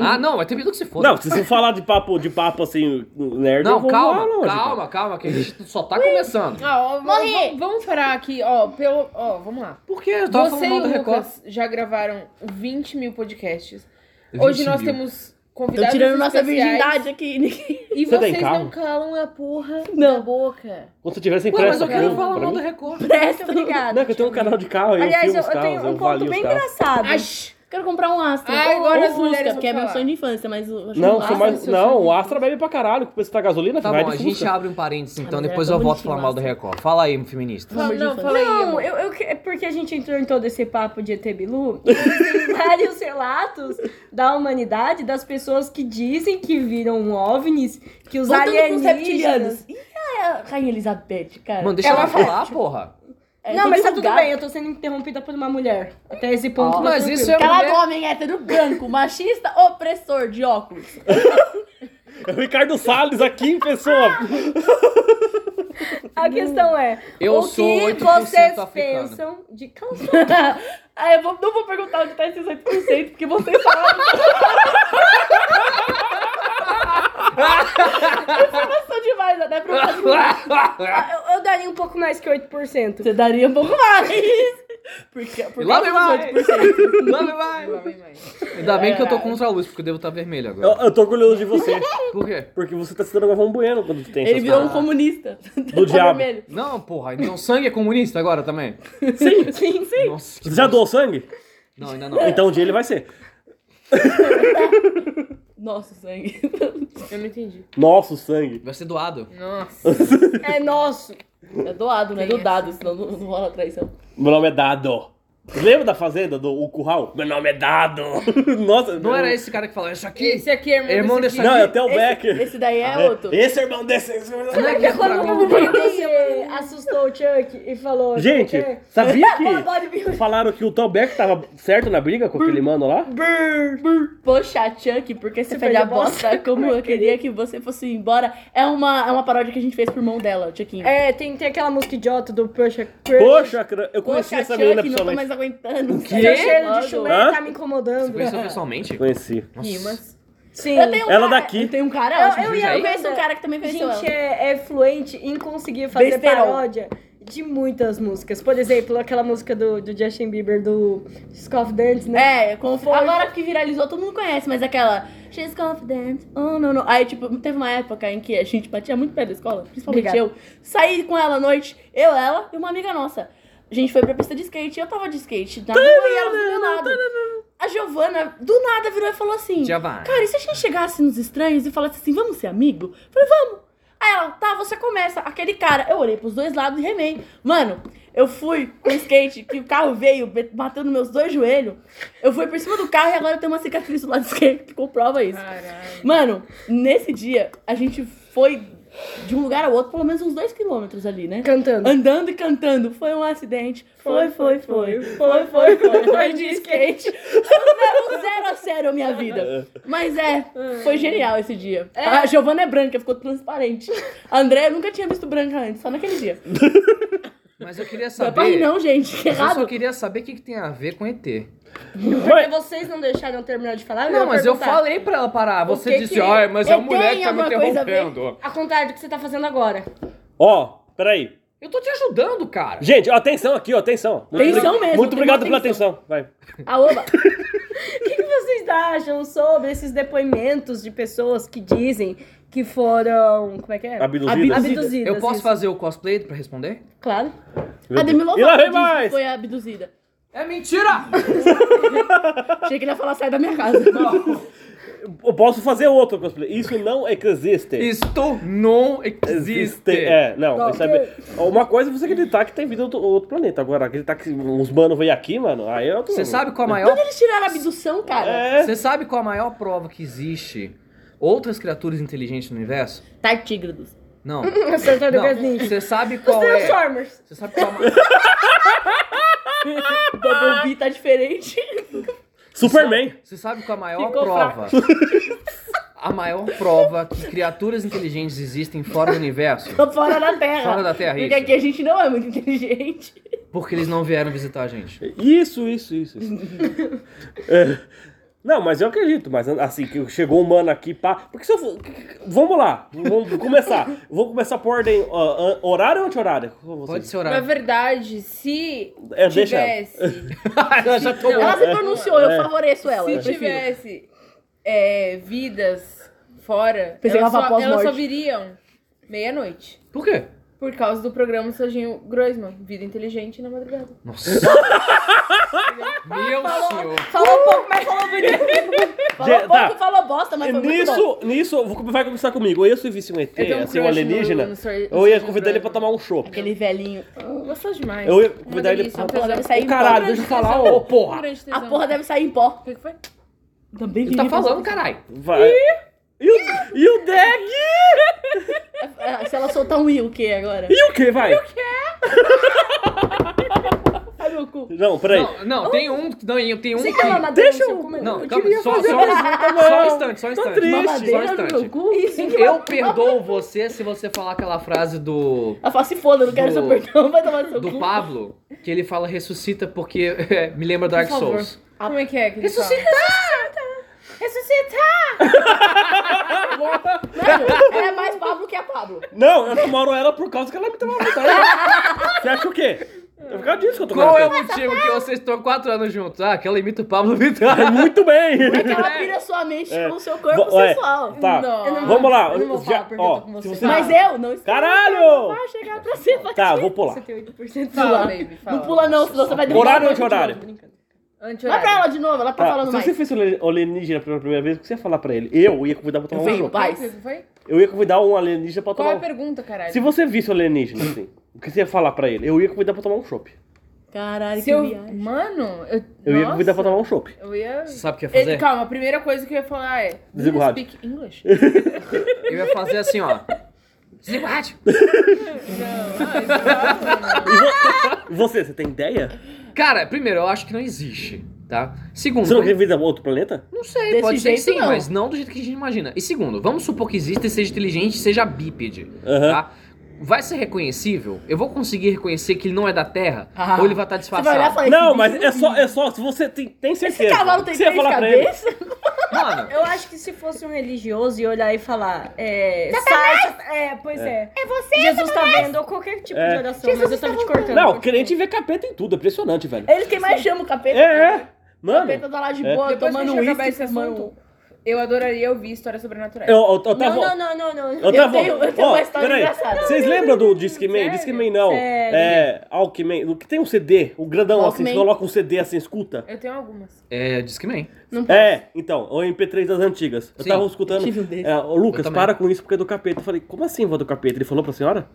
S3: ah, não, vai ter Bilu que se foda. [LAUGHS]
S1: Não, se você falar de papo, de papo assim, nerd, eu
S3: Não,
S1: vou
S3: calma,
S1: voar longe, cara.
S3: calma, calma, que a gente só tá começando.
S4: Ah, ó,
S2: Morri!
S4: vamos- Vamos parar aqui, ó, pelo. Ó, vamos lá.
S3: Por que? Eu tava
S4: Você
S3: falando mal
S4: e
S3: do
S4: o
S3: Record.
S4: Lucas já gravaram 20 mil podcasts.
S3: 20
S4: Hoje nós
S3: mil.
S4: temos
S2: Tô
S4: convidados
S2: tirando nossa
S4: especiais
S2: virgindade aqui. [LAUGHS]
S4: E
S1: Você tem
S4: vocês
S1: carro?
S4: não calam a porra
S2: Não.
S4: da boca.
S1: Quando você tiver sem
S3: Ué, mas
S1: pressa,
S3: eu quero
S1: pra
S3: falar
S1: mim.
S3: mal do tipo, Record.
S5: Muito obrigada.
S1: Não, é que eu tenho um canal de carro aí, eu
S5: Aliás,
S1: filmo
S5: eu,
S1: os
S5: eu
S1: carros,
S5: tenho
S1: eu
S5: um ponto
S1: valio os
S5: bem
S1: carros.
S5: engraçado.
S4: Ash,
S2: Quero comprar um Astra.
S4: Ah,
S2: ou-
S4: agora
S2: ou
S4: as mulheres
S2: Fusca,
S4: vão
S2: que é meu
S4: falar.
S2: sonho de infância, mas eu acho
S1: Não,
S2: que
S1: sou
S2: um
S1: mais,
S2: Astra-
S1: não, o Astra bebe pra caralho, porque você tá gasolina,
S3: Tá
S1: vai
S3: bom, a
S1: de
S3: gente
S1: Fusca.
S3: abre um parênteses, então
S2: mas
S3: depois
S2: era
S3: eu volto a
S2: bonitinho,
S3: falar mal do
S2: nossa.
S3: Record. Fala aí, feminista.
S4: Não,
S2: Amor de
S4: não,
S2: infância.
S4: fala aí.
S5: Não,
S4: amor.
S5: eu, eu que- é porque a gente entrou em todo esse papo de ET Bilu, e [LAUGHS] tem vários relatos da humanidade, das pessoas que dizem que viram OVNIs, que os
S2: Voltando pros
S5: alienígenas...
S2: reptilianos. E a Rainha Elizabeth, cara?
S3: Mano, deixa ela falar, porra.
S2: É,
S5: não,
S2: tudo
S5: mas tá tudo
S2: julgado.
S5: bem, eu tô sendo interrompida por uma mulher. Até esse ponto.
S2: Ó,
S5: tá
S3: mas
S5: tranquilo.
S3: isso é
S2: Calado
S3: mulher-
S2: homem hétero branco, machista, opressor de óculos.
S1: É [LAUGHS] o Ricardo Salles aqui em pessoa.
S5: A questão é,
S3: Eu
S5: o
S3: sou
S5: que
S3: 8%
S5: vocês
S3: africano.
S5: pensam de calçado?
S2: ah, eu vou- não vou perguntar onde tá esses 8%, porque vocês falaram. Informação demais, até pra eu-
S5: Eu, eu daria um pouco mais que 8%.
S2: Você daria um pouco mais. Porque, porque
S3: Lá vem mais! Lá vem
S4: Lá
S3: mais!
S4: vem mais.
S3: Ainda bem que eu tô contra a luz, porque eu devo estar vermelho
S1: Eu,
S3: agora.
S1: eu tô orgulhoso de você,
S3: Por quê?
S1: porque você tá citando o Galvão Bueno quando tu tem
S2: Ele
S1: essas
S2: virou um
S1: paradas.
S2: comunista. [LAUGHS] Tá
S1: Do diabo.
S2: vermelho.
S3: Não, porra, então sangue é comunista agora também?
S2: Sim, sim, sim.
S3: Nossa, que
S1: Você já
S3: bosta.
S1: doou sangue?
S3: Não, ainda não.
S1: Então um dia ele vai ser.
S2: Nossa, sangue.
S4: Eu não entendi.
S1: Nosso sangue.
S3: Vai ser doado.
S4: Nossa.
S5: É nosso.
S2: É doado, não é
S4: Quem
S2: do
S4: é?
S2: dado, senão não, não rola traição.
S1: Meu nome é Dado. Lembra da Fazenda, do o Curral? Meu nome é Dado. [LAUGHS] Nossa,
S3: Não
S1: meu-
S3: era esse cara que falava, isso aqui?
S4: Esse aqui é irmão
S3: irmão
S4: desse
S3: desse
S1: Não, é o
S3: aqui.
S1: Theo Becker.
S2: Esse daí é outro.
S1: Esse é irmão desse. esse é irmão desse.
S3: Não é que é pra mim.
S2: Ele assustou o Chuck e falou.
S1: Gente,
S2: "Chuck, [LAUGHS]
S1: sabia
S2: pode vir."
S1: que falaram que o Theo Becker tava certo na briga com aquele mano lá?
S2: Poxa, Chuck, por que você fez a bosta como eu queria que você fosse embora? É uma, é uma paródia que a gente fez pro irmão dela, o Chuckinho.
S5: É, tem, tem aquela música idiota do Poxa Crush.
S1: Poxa, cra- eu
S2: Poxa,
S1: conheci essa
S2: Chuck,
S1: menina
S2: não tô
S1: pessoalmente.
S2: mais aguentando. O
S5: Seu cheiro de chulé
S1: Hã?
S5: tá me
S3: Você
S5: incomodando.
S3: conheceu pessoalmente?
S1: Conheci.
S3: Rimas.
S5: Sim.
S2: Eu tenho um
S1: Ela
S2: cara,
S1: daqui.
S2: Eu tenho um cara
S5: Eu-
S2: ótimo.
S5: eu
S2: Eu,
S3: ia-
S2: conheço um cara que também conheceu
S5: gente
S2: ela.
S5: é, é fluente em conseguir fazer
S2: Besterol.
S5: paródia de muitas músicas. Por exemplo, aquela música do, do Justin Bieber, do Scoff Dance, né?
S2: É, conforme... agora que viralizou, todo mundo conhece, mas aquela... She's confident, oh no no. Aí, tipo, teve uma época em que a gente batia muito perto da escola, principalmente
S5: Obrigada.
S2: eu. Saí com ela à noite, eu, ela e uma amiga nossa. A gente foi pra pista de skate, eu tava de skate na rua e ela do meu lado. A Giovana, do nada, virou e falou assim...
S3: Já vai.
S2: Cara, e se a gente chegasse nos estranhos e falasse assim, vamos ser amigo? Eu Falei, vamos. Aí ela, tá, você começa. Aquele cara, eu olhei pros dois lados e remei. Mano, eu fui com o skate, que o carro veio, be- bateu nos meus dois joelhos. Eu fui por cima do carro e agora eu tenho uma cicatriz do lado [LAUGHS] esquerdo que comprova isso.
S4: Caralho.
S2: Mano, nesse dia, a gente foi de um lugar ao outro, pelo menos uns dois quilômetros ali, né?
S5: Cantando.
S2: Andando e cantando. Foi um acidente. Foi, foi, foi. Foi, foi,
S5: Foi, foi,
S2: foi.
S5: foi.
S2: Foi de skate. Um zero a zero a minha vida. Mas é, foi genial esse dia. A Giovana é branca, ficou transparente. A André, eu nunca tinha visto branca antes, só naquele dia.
S3: Mas eu queria
S2: Meu pai,
S3: saber.
S2: não, gente, que
S3: Eu só
S2: errado.
S3: queria saber o que, que tem a ver com ET.
S5: Porque vocês não deixaram eu terminar de falar.
S3: Não, mas eu
S5: perguntar.
S3: falei pra ela parar. Você
S5: que
S3: disse,
S5: que
S3: olha, mas é
S2: ET
S3: uma mulher que tá me
S2: tem alguma coisa a ver?
S3: interrompendo.
S5: Ao contrário do que você tá fazendo agora.
S1: Ó, peraí.
S3: Eu tô te ajudando, cara.
S1: Gente, ó, atenção aqui, ó, atenção. Muito
S2: Atenção
S1: obri-
S2: mesmo,
S1: Muito
S2: tem
S1: obrigado
S2: uma
S1: pela
S2: atenção.
S1: atenção. Vai.
S2: A
S5: [LAUGHS]
S2: Oba.
S5: O que, que vocês acham sobre esses depoimentos de pessoas que dizem que foram. Como é que é?
S1: Abduzido.
S2: Abduzido.
S5: Abduzidas.
S3: Eu posso
S5: isso. é
S3: fazer o cosplay pra responder?
S5: Claro.
S2: A Demi Lovato
S1: E lá vem
S2: disse que
S1: mais.
S2: foi abduzida.
S3: É mentira!
S2: Achei que ele ia falar, sai da minha casa.
S1: Eu posso fazer outro cosplay. Isso não existe.
S3: Isto não existe.
S1: É, não.
S5: Não.
S1: isso é bem- Uma coisa é você acreditar que tem vida em outro, outro planeta. Agora, acreditar que uns manos veio aqui, mano, aí é outro.
S3: Você sabe qual a maior
S2: Quando eles tiraram a abdução, cara,
S1: É.
S3: Você sabe qual a maior prova que existe outras criaturas inteligentes no universo?
S2: Tá, tartígrados.
S3: Não.
S5: As tartarugas
S3: Não.
S5: ninja.
S3: Você sabe qual é?
S5: Transformers.
S3: Você sabe qual a ma-
S2: O Bumblebee tá diferente.
S1: Superman.
S3: Você sabe qual a maior
S2: Ficou
S3: prova? A maior prova que criaturas inteligentes existem fora do universo?
S2: Tô fora da Terra.
S3: Fora da Terra,
S2: Porque
S3: isso.
S2: aqui a gente não é muito inteligente.
S3: Porque eles não vieram visitar a gente.
S1: Isso, isso, isso. isso. É. Não, mas eu acredito, mas assim, que chegou um mano aqui, pá. Porque se eu. for- Vamos lá, vamos começar. Vou começar por ordem ó, ó, horário ou anti-horário? Como
S3: Pode
S1: vocês-
S3: ser
S4: Na
S3: horário.
S4: verdade, se
S1: É, deixa ela.
S4: tivesse.
S1: [LAUGHS]
S3: Ela já tomou.
S1: É.
S2: Ela se pronunciou, eu favoreço ela.
S4: Se
S2: eu prefiro.
S4: tivesse é, vidas fora,
S2: Pensei que
S4: elas,
S2: ela
S4: só,
S2: falava
S4: elas só
S2: pós-morte.
S4: viriam meia-noite.
S3: Por quê?
S4: Por causa do programa Serginho Groisman, Vida Inteligente na Madrugada.
S3: Nossa. [LAUGHS] Meu senhor.
S2: Falou pouco, mas falou bonito. falou
S1: Gente, tá.
S2: pouco, falou bosta, mas foi muito bom.
S1: Nisso, nisso, vou- vai começar comigo. Eu, se eu visse um ET,
S4: Eu tenho um
S1: assim, um
S4: crush no-
S1: alienígena,
S4: no Sr.
S1: eu ia
S4: Sr.
S1: convidar ele
S4: Brown.
S1: pra tomar um chopp.
S2: Aquele velhinho.
S4: Gostoso demais.
S1: Eu ia
S4: Uma
S1: convidar ele
S4: delícia,
S1: pra-
S4: um tesão.
S2: Deve sair em
S1: Caralho,
S2: pó.
S1: deixa eu falar, ô
S4: Um
S1: porra.
S4: grande
S2: A
S4: tesão.
S2: porra deve sair em pó.
S4: O que que foi?
S2: Também
S3: Ele tá falando, caralho.
S1: Vai. E o, e o Deck?
S2: Ah, Se ela soltar um i, o que agora?
S1: E o que, vai?
S2: Ai, meu cu.
S1: Não, peraí.
S3: Não, não, tem um. Não, tem um.
S2: Você
S3: que-
S2: quer uma madeira
S1: Deixa
S2: no seu
S1: eu-
S2: cu, meu?
S3: Não,
S2: Eu
S3: calma,
S2: queria
S3: só,
S2: fazer
S3: só,
S2: uma
S3: só um instante, só um
S1: Tô
S3: instante.
S1: triste.
S3: Só um
S2: mamadeira no
S3: instante.
S2: meu cu? Isso, que
S3: Eu perdoo você se você falar aquela frase do.
S2: Ela fala, se foda, eu não quero
S3: Do-
S2: seu perdão, vai tomar no seu
S3: Do
S2: cu.
S3: Pablo, que ele fala ressuscita porque [LAUGHS] é, me lembra Dark
S4: favor.
S3: Souls.
S4: Como é que é? Que ele fala?
S2: Mano, ela é mais Pablo que a Pablo.
S1: Não, eu namoro ela por causa que ela me tomou uma vontade. Você acha o quê? É por causa disso que eu tô
S3: Qual é
S1: com
S3: o motivo que vocês estão quatro anos juntos? Ah, que ela imita o Pablo Vittar.
S1: ela. Ah, Muito bem.
S2: Porque ela pira sua mente
S1: É.
S2: com o seu corpo
S1: Ué,
S2: sensual.
S1: Tá,
S4: Não. Eu não vou-
S1: vamos lá.
S4: eu não vou
S1: Já-
S4: falar porque eu tô com
S1: ó, se
S4: você.
S1: você...
S2: Mas eu não estou
S1: Caralho!
S2: pra chegar pra você, vai
S1: Tá, vou pular.
S5: 78%.
S4: Fala,
S2: pular.
S4: baby, fala.
S2: Não pula não, senão você vai derrubar.
S1: Horário ou
S2: a gente de
S1: anti-horário?
S2: novo. Vai pra
S4: Anti-horário.
S2: ela de novo, ela tá
S1: Tá,
S2: falando
S1: se
S2: mais.
S1: você fez o alienígena pela primeira vez, o que você ia falar pra ele? Eu ia convidar pra tomar um
S2: Vem,
S1: chopp.
S4: Qual
S2: paz.
S4: que foi?
S1: Eu ia convidar um alienígena pra
S4: Qual
S1: tomar
S4: é a
S1: um
S4: pergunta, caralho?
S1: Se você visse o alienígena assim, o que você ia falar pra ele? Eu ia convidar pra tomar um chopp.
S2: Caralho,
S4: Se
S2: que
S4: eu...
S2: viagem.
S4: Mano, eu...
S1: Eu ia
S4: Nossa,
S1: convidar pra tomar um chopp.
S4: Eu ia...
S3: Você sabe o que eu ia
S4: Ele,
S3: fazer?
S4: calma, a primeira coisa que eu ia falar é... do you
S1: Desigualado.
S4: speak
S1: [LAUGHS]
S4: English?
S3: Eu ia fazer assim, ó. Desliga o rádio.
S1: E você, você tem ideia?
S3: Cara, primeiro, eu acho que não existe, tá? Segundo,
S1: Você não quer vir a outro planeta?
S3: não sei,
S2: Desse
S3: pode ser que
S2: jeito,
S3: sim,
S2: não.
S3: mas não do jeito que a gente imagina. E segundo, vamos supor que exista e seja inteligente, seja bípede,
S1: Aham.
S3: tá? Vai ser reconhecível? Eu vou conseguir reconhecer que ele não é da Terra?
S2: Ah.
S3: ou ele vai estar
S2: Você
S3: disfarçado?
S2: vai olhar e falar esse
S1: Não,
S2: bicho
S1: mas é
S2: vive.
S1: só, é só, se você tem, tem certeza.
S2: Esse cavalo tem
S1: você ia
S2: três
S1: falar pra ele,
S2: cabeças?
S3: Mano,
S5: Eu acho que se fosse um religioso e olhar e falar, é. Sai, é, pois é. É você, Jesus tá vendo, ou qualquer tipo
S1: É.
S5: de oração, mas eu tava te cortando.
S1: Não, crente vê capeta em tudo, é impressionante, velho.
S2: Eles quem mais chama o capeta.
S1: É, é.
S2: O
S1: Mano, eu,
S2: capeta tá lá de
S1: É.
S2: boa,
S4: Depois que a
S2: tomando
S4: gente acabar
S2: uísque,
S4: esse
S2: fumando...
S4: assunto, eu adoraria ouvir histórias sobrenaturais.
S1: eu, eu tava.
S5: Não, não, não, não, não.
S1: Eu tava.
S2: tenho- eu tenho
S1: ó,
S2: uma história
S1: peraí.
S2: engraçada.
S1: Vocês lembram do Disque Man?
S4: Sério?
S1: Disque Man não.
S5: Sério.
S1: É. Alckmin. O que tem um CD? O grandão assim,
S2: Walkman.
S1: você coloca um CD assim, escuta.
S4: Eu tenho algumas.
S3: é, diz que nem.
S1: É, então, o MP3 das antigas. Eu
S3: Sim.
S1: tava escutando.
S2: Eu tive um desse.
S1: É, ô,
S3: Eu
S1: Lucas,
S3: também.
S1: para com isso porque é do capeta. Eu falei, como assim, vó do capeta? Ele falou pra senhora?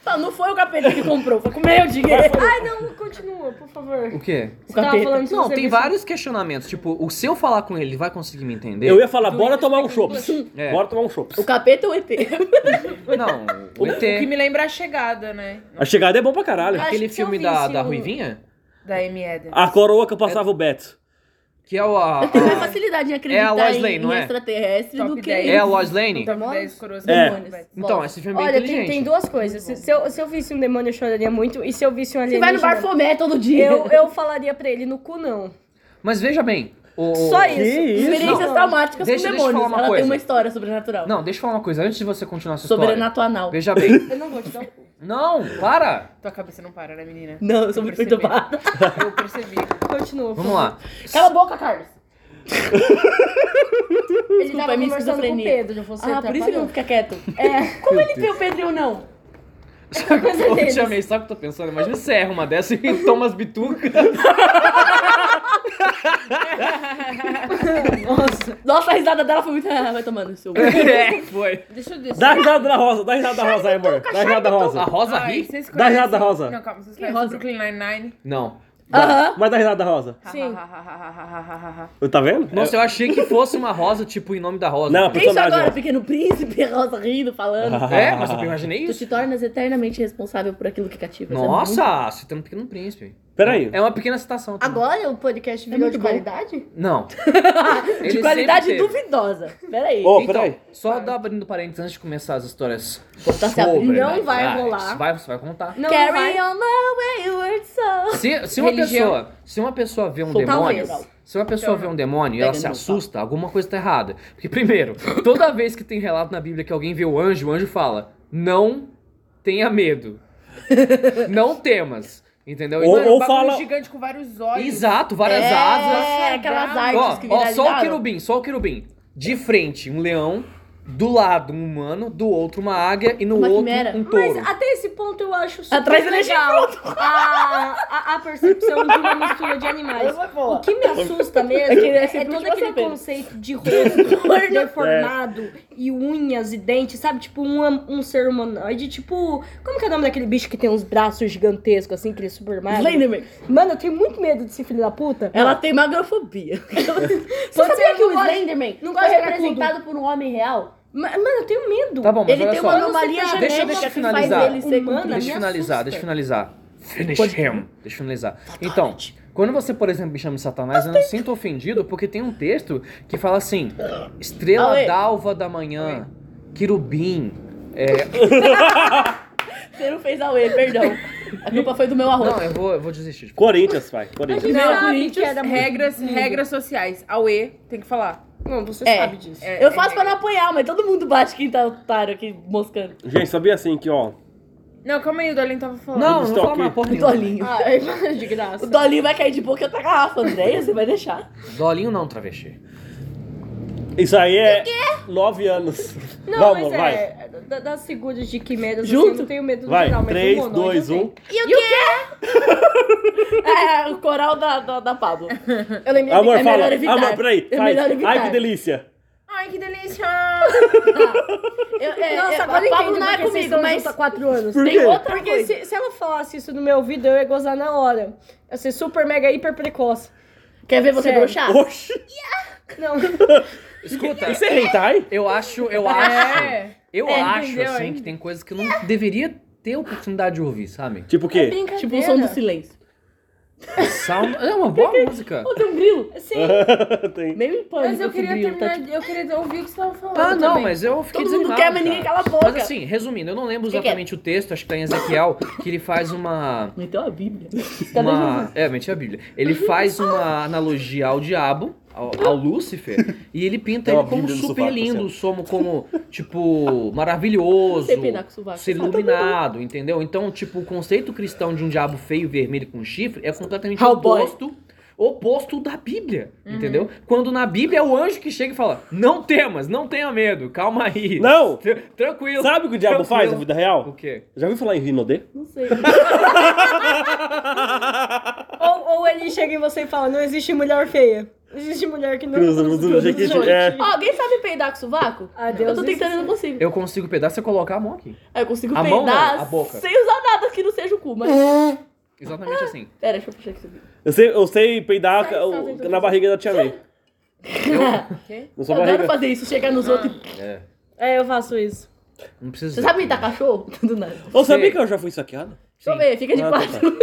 S2: Fala, Não foi o capeta que comprou, foi com o meu dinheiro.
S5: Ai, não, continua, por favor.
S3: O quê?
S5: Você
S2: capeta.
S5: tava falando de
S3: Não,
S5: você
S3: tem
S5: ver-
S3: vários questionamentos. Tipo, o se eu falar com ele, ele vai conseguir me entender?
S1: Eu ia falar, bora tomar um chopp.
S3: É.
S1: Bora tomar um chopp.
S2: O capeta ou o ET?
S3: Não, o ET.
S4: O que me lembra a chegada, né?
S1: A chegada é bom pra caralho.
S5: Acho
S3: Aquele
S5: que se eu
S3: filme da,
S5: visse
S3: da
S5: o-
S3: Ruivinha?
S4: Da Amy Adams.
S1: A coroa que eu passava o Beto.
S3: Que é o.
S5: [LAUGHS]
S3: a-
S2: Tem mais
S3: a-
S2: facilidade em
S3: É a
S2: acreditar
S3: Lois
S2: em,
S3: Lane, não
S2: em
S3: é?
S2: extraterrestre
S4: Top
S2: do que...
S4: 10.
S3: é a Lois Lane?
S4: Top
S2: Demônios?
S4: 10 coroas
S1: É.
S4: demônios.
S3: Então, esse filme é bem
S5: Então, Olha, tem,
S3: inteligente.
S5: tem duas coisas. Se, se eu, se eu visse um demônio, eu choraria muito. E se eu visse um
S2: Você
S5: alienígena...
S2: vai no Barfomé todo dia.
S5: eu, eu falaria pra ele, no cu não.
S3: Mas veja bem. O...
S5: Só isso. tá
S1: isso?
S2: [LAUGHS] Experiências
S5: Não.
S2: traumáticas
S3: Deixa-
S2: com
S3: deixa eu
S2: demônios.
S3: falar uma
S2: Ela tem
S3: coisa.
S2: uma história sobrenatural.
S3: Não, deixa eu falar uma coisa antes de você continuar essa história.
S2: Sobrenato anal.
S3: Veja bem.
S5: [LAUGHS] Eu não vou te dar um o cu.
S3: Não, para!
S4: Tua cabeça não para, né, menina?
S2: Não, eu sou muito
S4: percebi.
S2: perturbada.
S4: Eu percebi.
S5: Continua.
S3: Vamos
S5: [LAUGHS]
S3: lá.
S2: Cala a boca, Carlos.
S5: Ele
S2: Desculpa,
S5: tava
S2: é minha
S5: conversando com o
S2: esquizofrenia.
S5: Pedro, você tá
S2: ah, por isso que ele não fica quieto. É. Como ele tem o Pedro e eu não?
S3: Sabe
S5: coisa
S3: o que eu
S5: deles.
S3: te amei? Sabe o que eu tô pensando? Imagina você erra uma dessa e [LAUGHS] toma as bitucas.
S5: [LAUGHS] Nossa.
S2: Nossa, a risada dela foi muito... Ah, vai tomando seu...
S3: é, foi.
S4: Deixa eu descer.
S1: Dá risada da rosa, dá risada da rosa aí, amor. Dá risada da
S3: A
S1: rosa.
S3: Rosa
S4: Ai,
S3: ri?
S4: vocês
S1: Dá
S4: conhecem-
S1: risada, Rosa.
S4: Não, calma, vocês
S2: Que
S4: conhecem
S2: Rosa?
S4: Brooklyn Nine-Nine?
S3: Não.
S2: Aham.
S1: Mas dá risada da rosa.
S5: Sim.
S4: Ha, ha, ha, ha, ha, ha, ha, ha, ha.
S1: Tá vendo?
S3: Nossa, eu achei que fosse uma rosa, tipo, em nome da rosa.
S1: Não,
S2: Isso
S1: personagem.
S2: agora, Pequeno Príncipe, Rosa rindo,
S1: Ah,
S2: falando.
S3: [LAUGHS] É, mas
S1: [LAUGHS]
S3: eu imaginei
S2: Tu
S3: isso.
S2: te tornas eternamente responsável por aquilo que É cativa.
S3: Nossa, você tem um pequeno príncipe.
S1: Peraí.
S3: É uma pequena citação. também.
S5: Agora o podcast virou
S2: É muito
S5: de
S2: bom.
S5: qualidade? [LAUGHS]
S3: Não.
S2: De qualidade duvidosa. Peraí.
S1: Ô,
S3: Então,
S1: peraí.
S3: só dá abrindo parênteses antes de começar as histórias
S2: Tá certo.
S3: sobre...
S5: Não vai
S3: Ah,
S5: rolar.
S3: isso Vai, você vai contar.
S5: Não,
S2: Carry
S5: não vai.
S2: on my wayward soul.
S3: Se, se uma
S4: Religião.
S3: pessoa, se uma pessoa vê um
S2: Sou
S3: demônio,
S2: talvez.
S3: se uma pessoa vê um demônio e
S2: Pega
S3: ela
S2: no
S3: se
S2: meu
S3: assusta, alguma coisa tá errada. Porque primeiro, toda vez que tem relato na Bíblia que alguém vê o anjo, o anjo fala: "Não tenha medo. Não temas." Entendeu? Então,
S1: Ou-
S4: Mano,
S1: ou
S4: um bagulho
S1: fala-
S4: gigante com vários olhos.
S3: Exato, várias
S2: É,
S3: asas.
S2: aquelas
S4: Ó,
S2: artes que
S3: Ó, ó, só o
S2: viralizaram.
S3: querubim, só o querubim. De frente, um leão, do lado um humano, do outro uma águia e no
S2: Uma
S3: outro
S2: quimera. ah,
S3: um touro.
S5: Mas até esse ponto eu acho super
S2: Atrás da legião
S5: legal a, a, a percepção de uma mistura de animais. O que me assusta mesmo
S2: É
S5: é,
S2: que é sempre
S5: todo
S2: de você, É.
S5: aquele
S2: Pedro.
S5: conceito
S2: [LAUGHS]
S5: de rosto deformado e unhas e dentes, sabe? Tipo um, um ser humanoide, tipo... Como que é o nome daquele bicho que tem uns braços gigantescos, assim, que ele é super magro?
S2: Slenderman.
S5: Mano, eu tenho muito medo desse filho da puta.
S2: Ela tem magrofobia. Você
S5: Pode
S2: sabia
S5: ser
S2: que o
S5: não gosta-
S2: Slenderman
S5: não
S2: foi
S5: gosta de
S2: representado por um homem real?
S5: Ma- Mano, eu tenho medo. tá
S3: Tá bom, mas
S2: Ele
S3: olha
S2: tem
S3: só.
S2: uma anomalia
S5: Deixa-
S2: genética
S5: deixa eu
S2: que
S3: finalizar.
S2: faz ele ser
S5: Humana,
S2: contra-
S3: Deixa eu
S5: me
S3: finalizar,
S5: assusta.
S3: deixa eu finalizar. Finish him. Deixa eu finalizar. Então,
S2: Fatality.
S3: quando você, por exemplo, me chama de Satanás, eu não sinto ofendido, porque tem um texto que fala assim: Estrela
S2: Ale.
S3: d'alva da manhã, querubim.
S2: Você não fez a UE, perdão. A culpa foi do meu arroz.
S3: Não, eu vou, eu vou desistir. de falar.
S1: Corinthians, vai. Corinthians.
S4: Não,
S5: Sabe que era muito
S4: regras, regras sociais. Aue, tem que falar.
S5: Não, você
S2: É.
S5: sabe disso.
S4: É,
S2: eu
S4: é-
S2: faço pra não apanhar, mas todo mundo bate quem tá otário aqui moscando.
S1: Gente, sabia assim que, ó.
S4: Não, calma aí, o Dolin tava falando.
S3: Não, não
S1: Estou
S3: fala
S1: aqui.
S3: mais porra
S2: O
S3: nenhuma.
S2: Dolinho.
S5: Ah, [LAUGHS] de
S2: O
S5: graça.
S2: Dolinho vai cair de boca e eu tô garrafa, Andréia, você vai deixar.
S3: Dolinho não, travesti.
S1: Isso aí é. Nove anos.
S5: Não,
S1: Vamos,
S5: mas
S1: vai.
S5: é, da- das seguras de quimeras,
S2: Junto?
S5: assim, eu não tenho medo do final,
S1: Vai. um.
S5: mas assim. do
S1: 3,
S5: mono,
S1: 2,
S5: eu tenho.
S1: 1.
S2: É, o coral da, da, da Pablo. Eu lembrei
S1: Amor,
S2: é
S1: fala.
S2: melhor evitar.
S1: Amor, peraí.
S2: É
S1: Faz.
S2: melhor evitar.
S4: [LAUGHS]
S1: Ai, que delícia.
S4: Ai, que delícia!
S2: Eu, é, é,
S5: Nossa, agora
S2: a
S5: eu
S2: Pablo
S5: entendo
S2: não é
S5: porque vocês
S2: comigo,
S5: estão
S2: mas
S5: juntos há quatro anos.
S1: Por
S2: tem
S1: quê?
S2: outra
S5: Porque
S2: coisa.
S5: se, se ela falasse isso no meu ouvido, eu ia gozar na hora. Eu ia ser super, mega, hiper precoce.
S2: Quer ver você
S5: Sério.
S2: broxar?
S1: Oxi!
S5: [LAUGHS] Não.
S3: Escuta,
S1: Isso é hentai?
S3: eu acho,
S2: É.
S3: eu acho, eu
S5: É,
S3: acho,
S5: entendeu,
S3: assim,
S5: hein?
S3: que tem coisas que eu não deveria ter oportunidade de ouvir, sabe?
S1: Tipo o quê?
S5: Brincadeira.
S2: Tipo o som do silêncio.
S3: Sound... É uma
S2: [LAUGHS]
S3: boa música.
S2: Pô, tem um grilo.
S5: Sim,
S1: [LAUGHS] Tem.
S2: Meio em pânico.
S4: Mas eu queria
S2: esse grilo, tá,
S4: terminar,
S2: tipo,
S4: eu queria ouvir o que você tava falando.
S3: Ah, não,
S4: também.
S3: mas eu fiquei
S2: Todo mundo
S3: desanimado,
S2: quer, mas ninguém
S3: cara.
S2: cala a boca.
S3: Mas assim, resumindo, eu não lembro
S2: Que que é?
S3: exatamente o texto, acho que tá em Ezequiel, que ele faz uma...
S2: Meteu a Bíblia. Tá Uhum.
S3: uma... É, menti a Bíblia. Ele faz
S2: Ah.
S3: uma analogia ao diabo, ao, ao Lúcifer, e ele pinta
S1: É uma
S3: ele como
S1: Bíblia no
S3: super
S1: sovaco,
S3: lindo, o somo como, tipo, maravilhoso.
S2: Tem pena com sovaco. Ah, tá
S3: Ser iluminado, entendeu? Então, tipo, o conceito cristão de um diabo feio, vermelho com chifre é completamente
S2: Hellboy. Uhum.
S3: oposto oposto da Bíblia, entendeu? Quando na Bíblia é o anjo que chega e fala: "Não temas, não tenha medo, calma aí".
S1: Não!
S3: Tran- Tranquilo.
S1: Sabe o que o diabo faz na vida
S3: O
S1: real?
S3: quê?
S1: Já ouviu falar em Rinodê?
S2: Não sei.
S5: ou, ou ele chega em você e fala, não existe mulher feia. Existe mulher que não...
S1: Cruza no
S5: produz
S1: Jequiti-
S5: leite."
S1: é.
S2: Ó, alguém sabe peidar com sovaco?
S5: Ah,
S2: Eu
S5: Deus,
S2: tô tentando e não consigo.
S3: Eu consigo pedaço se eu colocar a mão aqui.
S2: Ah, Eu consigo
S3: A mão não,
S2: peidar
S3: a boca.
S2: sem usar nada que não seja o cu, mas... [GASPS]
S3: Exatamente assim.
S2: Pera, deixa eu puxar aqui. esse vídeo.
S1: Eu sei, eu sei peidar
S5: Sai,
S1: o-
S5: sai, sai,
S1: na
S5: sai.
S1: barriga da Tia May. [LAUGHS] Na
S2: Eu
S1: sua
S2: adoro
S1: barriga.
S2: fazer isso, chegar nos outros e...
S3: É.
S5: É, eu faço isso.
S3: Não precisa.
S2: Você sabe imitar cachorro? [LAUGHS] Do nada.
S1: Ou sabia que eu já fui saqueada?
S2: Deixa eu ver, fica de
S1: Ah, tá,
S2: quatro. [LAUGHS]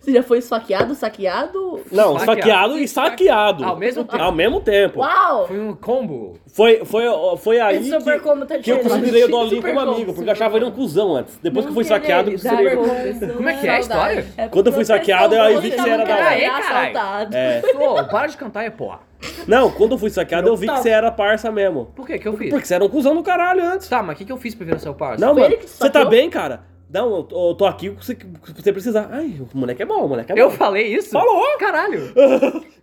S2: Você já foi esfaqueado, saqueado?
S1: Não,
S3: Saqueado.
S1: saqueado e saqueado.
S3: Ao mesmo tempo.
S1: Ao mesmo tempo.
S2: Uau!
S3: Foi um combo.
S1: Foi, foi, foi
S3: É
S1: aí
S5: Esse super
S1: que,
S5: como tá
S1: que eu
S5: diferente.
S1: considerei o Dolinho
S2: É, Super
S1: como
S2: como,
S1: amigo, porque
S2: super
S1: eu achava ele um cuzão antes. Depois que eu fui saqueado, eu considerei.
S2: Super
S3: é Como é que é a
S4: Saudade.
S3: história?
S1: Quando eu fui saqueado, eu aí vi que você era da hora.
S3: Aê, caralho.
S2: assaltado.
S1: É.
S3: Pô, para de cantar é porra.
S1: Não, quando eu fui saqueado, eu vi que você era parça mesmo.
S3: Por que que eu fiz?
S1: Porque você era um cuzão do caralho antes.
S3: Tá, mas o que que eu fiz pra virar seu parceiro?
S1: Não,
S2: Foi
S1: mano,
S2: ele que te
S1: você tá
S2: saqueou?
S1: bem, cara? Não, eu tô- eu tô aqui se você precisar. Ai, o moleque é bom, o moleque é bom.
S3: Eu falei isso?
S1: Falou!
S3: Caralho!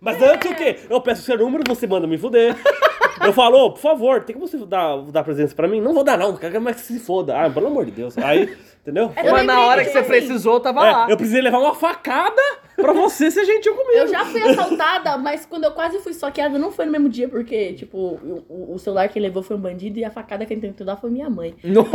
S1: Mas antes o quê? Eu peço seu número, você manda me fuder.
S2: [LAUGHS]
S1: Eu falo, ô, por favor, tem como você dar, dar presença pra mim? Não vou dar, não, cara, mas que se foda. Ah, pelo amor de Deus. Aí, entendeu?
S2: Eu
S3: Mas na
S2: lembrei
S3: hora
S2: que
S3: que você
S2: assim,
S3: precisou, tava
S1: É,
S3: lá.
S1: eu precisei levar uma facada pra você ser gentil comigo.
S2: Eu já fui assaltada, mas quando eu quase fui saqueada, não foi no mesmo dia, porque, tipo, o, o- o celular que ele levou foi um bandido e a facada que ele tentou dar foi minha mãe.
S3: Nossa.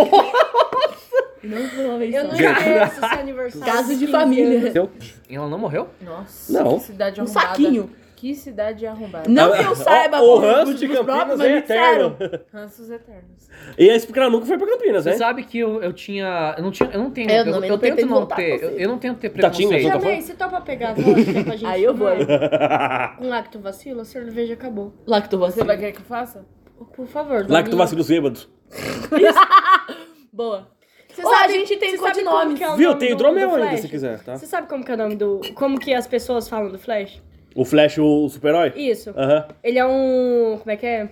S2: Não foi uma vez
S5: Eu não
S2: só.
S5: esqueço seu aniversário.
S2: Caso de
S5: 15
S2: família.
S5: anos.
S1: Eu-
S3: Ela não morreu?
S4: Nossa,
S1: Não.
S4: que cidade
S2: Um
S4: arrombada.
S2: saquinho.
S4: Que cidade arrombada.
S2: Não
S1: Ah,
S2: que eu
S1: o- o
S2: saiba, por-
S1: ranço
S2: dos-
S1: de
S2: dos próprios,
S1: Campinas
S2: mas
S1: é
S2: me
S1: eterno.
S4: Ranços eternos.
S1: E é isso porque ela nunca foi pra Campinas,
S3: Você
S1: né?
S3: sabe que eu, eu tinha. Eu não tinha. Eu não tenho.
S2: Eu
S3: Eu,
S2: também não
S3: eu tento
S2: pretendo
S3: não
S2: voltar
S3: ter.
S2: com
S3: Eu,
S2: você.
S3: eu não tento ter
S1: Tatinha,
S3: preconceito.
S1: sou-
S5: Também, você topa pegar a vodka pra gente
S2: Aí eu vou.
S5: tomar? Um lactovacilo, a cerveja acabou.
S4: Você vai
S2: Lactobacillus.
S4: querer que eu faça?
S5: Por favor,
S1: Lactobacilos bêbados.
S2: Boa. Você
S5: sabe-
S2: a gente tem
S5: você sabe
S2: codinome.
S5: como que é o
S1: Viu?
S5: nome
S1: Tem
S5: do-
S1: hidromel
S5: do
S1: ainda,
S5: Flash?
S1: se quiser, tá?
S5: Você sabe como que é o nome do... Como que as pessoas falam do Flash?
S1: O Flash, o super-herói?
S5: Isso.
S1: Aham.
S5: Ele é um... Como é que é?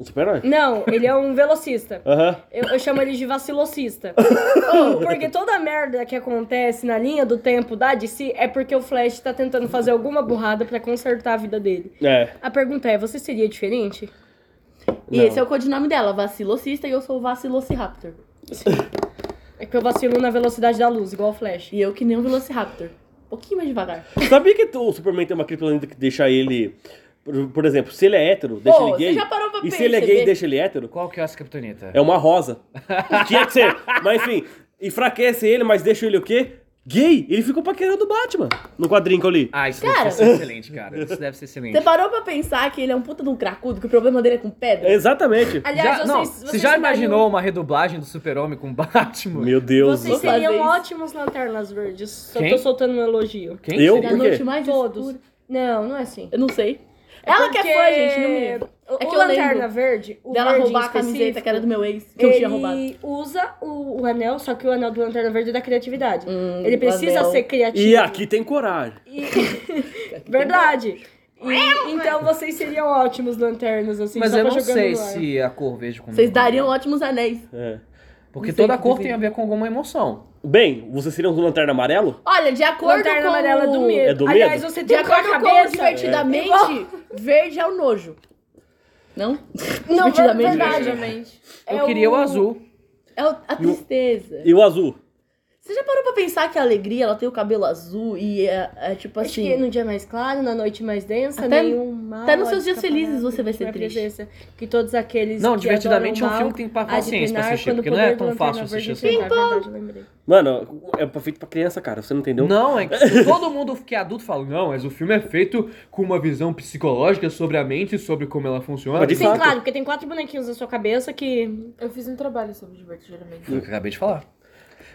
S1: O super-herói?
S5: Não, ele é um velocista.
S1: Aham.
S5: Eu, eu chamo ele de vacilocista. Oh, porque toda merda que acontece na linha do tempo da DC é porque o Flash tá tentando fazer alguma burrada pra consertar a vida dele.
S1: É.
S5: A pergunta é, você seria diferente?
S2: E esse é o codinome dela, Vacilocista, e eu sou o Vacilociraptor.
S5: É que eu vacilo na velocidade da luz, igual o Flash.
S2: E eu que nem um Velociraptor. Um pouquinho mais devagar.
S1: Sabia que o Superman tem uma criptonita que deixa ele... Por, por exemplo, se ele é hétero, deixa
S2: Pô,
S1: ele
S2: você
S1: gay.
S2: já parou pra
S1: e se ele é
S2: perceber?
S1: gay, deixa ele hétero?
S3: Qual que é essa criptonita?
S1: É uma rosa. Tinha que ser. Mas enfim, enfraquece ele, mas deixa ele o quê? Gay. Ele ficou paquerando o Batman. No quadrinho que eu li.
S3: Ah, isso
S2: Cara.
S3: deve ser excelente, cara. Isso deve ser excelente.
S2: Você parou pra pensar que ele é um puta de um cracudo, que o problema dele é com pedra?
S1: Exatamente.
S5: Aliás,
S3: já,
S5: vocês,
S3: não,
S5: vocês
S3: você já
S5: seriam-
S3: imaginou uma redublagem do Super-Homem com Batman?
S1: Meu Deus.
S5: Vocês
S2: fazer
S5: seriam
S2: isso.
S5: ótimos lanternas verdes. Só
S3: Quem?
S5: tô soltando um elogio.
S3: Quem
S1: Eu?
S2: Na
S1: é Por quê?
S2: é noite mais
S5: Todos.
S2: escura.
S5: Não, não é assim.
S2: Eu não sei. Ela que é fã, gente, não me lembro.
S5: O,
S2: É que
S5: o
S2: eu
S5: Lanterna
S2: lembro
S5: Verde, o
S2: Dela
S5: verde em
S2: roubar a camiseta
S5: específico,
S2: que era do meu ex, que eu tinha roubado.
S5: Ele usa o, o anel, só que o anel do Lanterna Verde é da criatividade.
S2: Hum,
S5: ele precisa
S2: anel.
S5: ser criativo.
S1: E aqui tem coragem.
S5: E- Verdade.
S2: É,
S5: E- então vocês seriam ótimos lanternas, assim,
S3: Mas
S5: só
S3: eu
S5: pra
S3: não
S5: jogar
S3: sei
S5: no ar.
S3: se a cor vejo como.
S2: Vocês dariam ótimos anéis.
S1: É.
S3: Porque
S2: não sei
S3: toda
S2: que
S3: cor
S2: desenho.
S3: tem a ver com alguma emoção.
S1: Bem, você seria um lanterna amarelo?
S2: Olha, de acordo
S5: Lanterna
S2: com... Tipo
S5: amarela é do medo.
S1: É do
S5: Aliás,
S1: medo?
S5: você
S2: De
S5: tem cor
S2: acordo com o
S5: cabeça.
S2: divertidamente, [LAUGHS] verde é o nojo. [LAUGHS] Não?
S5: Não,
S2: divertidamente.
S5: verdade.
S4: Sinceramente.
S5: É
S3: eu queria o azul.
S2: É o- a tristeza.
S1: E o azul?
S2: Você já parou pra pensar que a alegria, ela tem o cabelo azul e é, é tipo
S5: Acho que
S2: assim...
S5: um no dia mais claro, na noite mais densa,
S2: Até-
S5: nenhum mal.
S2: até nos seus
S5: há de
S2: dias felizes
S5: escapar
S2: você vai ser
S5: da
S2: triste.
S5: tipo, presença, Que todos aqueles.
S3: Não,
S5: que
S3: divertidamente é um
S5: adoram o
S3: filme que tem que
S5: mal,
S3: ter paciência pra
S5: adivinar
S3: assistir,
S5: quando
S3: porque
S5: o
S3: não é
S5: poder
S3: tão
S5: do Lanterna
S3: fácil
S5: Verde
S3: assistir assim.
S5: chegar, é verdade, lembrei.
S1: Mano, é pra- feito pra criança, cara. Você não entendeu?
S3: Não, é que todo mundo que é adulto fala, não, mas o filme é feito com uma visão psicológica sobre a mente, sobre como ela funciona.
S1: Mas De
S5: Sim,
S1: fato.
S5: claro, porque tem quatro bonequinhos na sua cabeça que.
S4: Eu fiz um trabalho sobre divertidamente.
S3: Eu acabei de falar.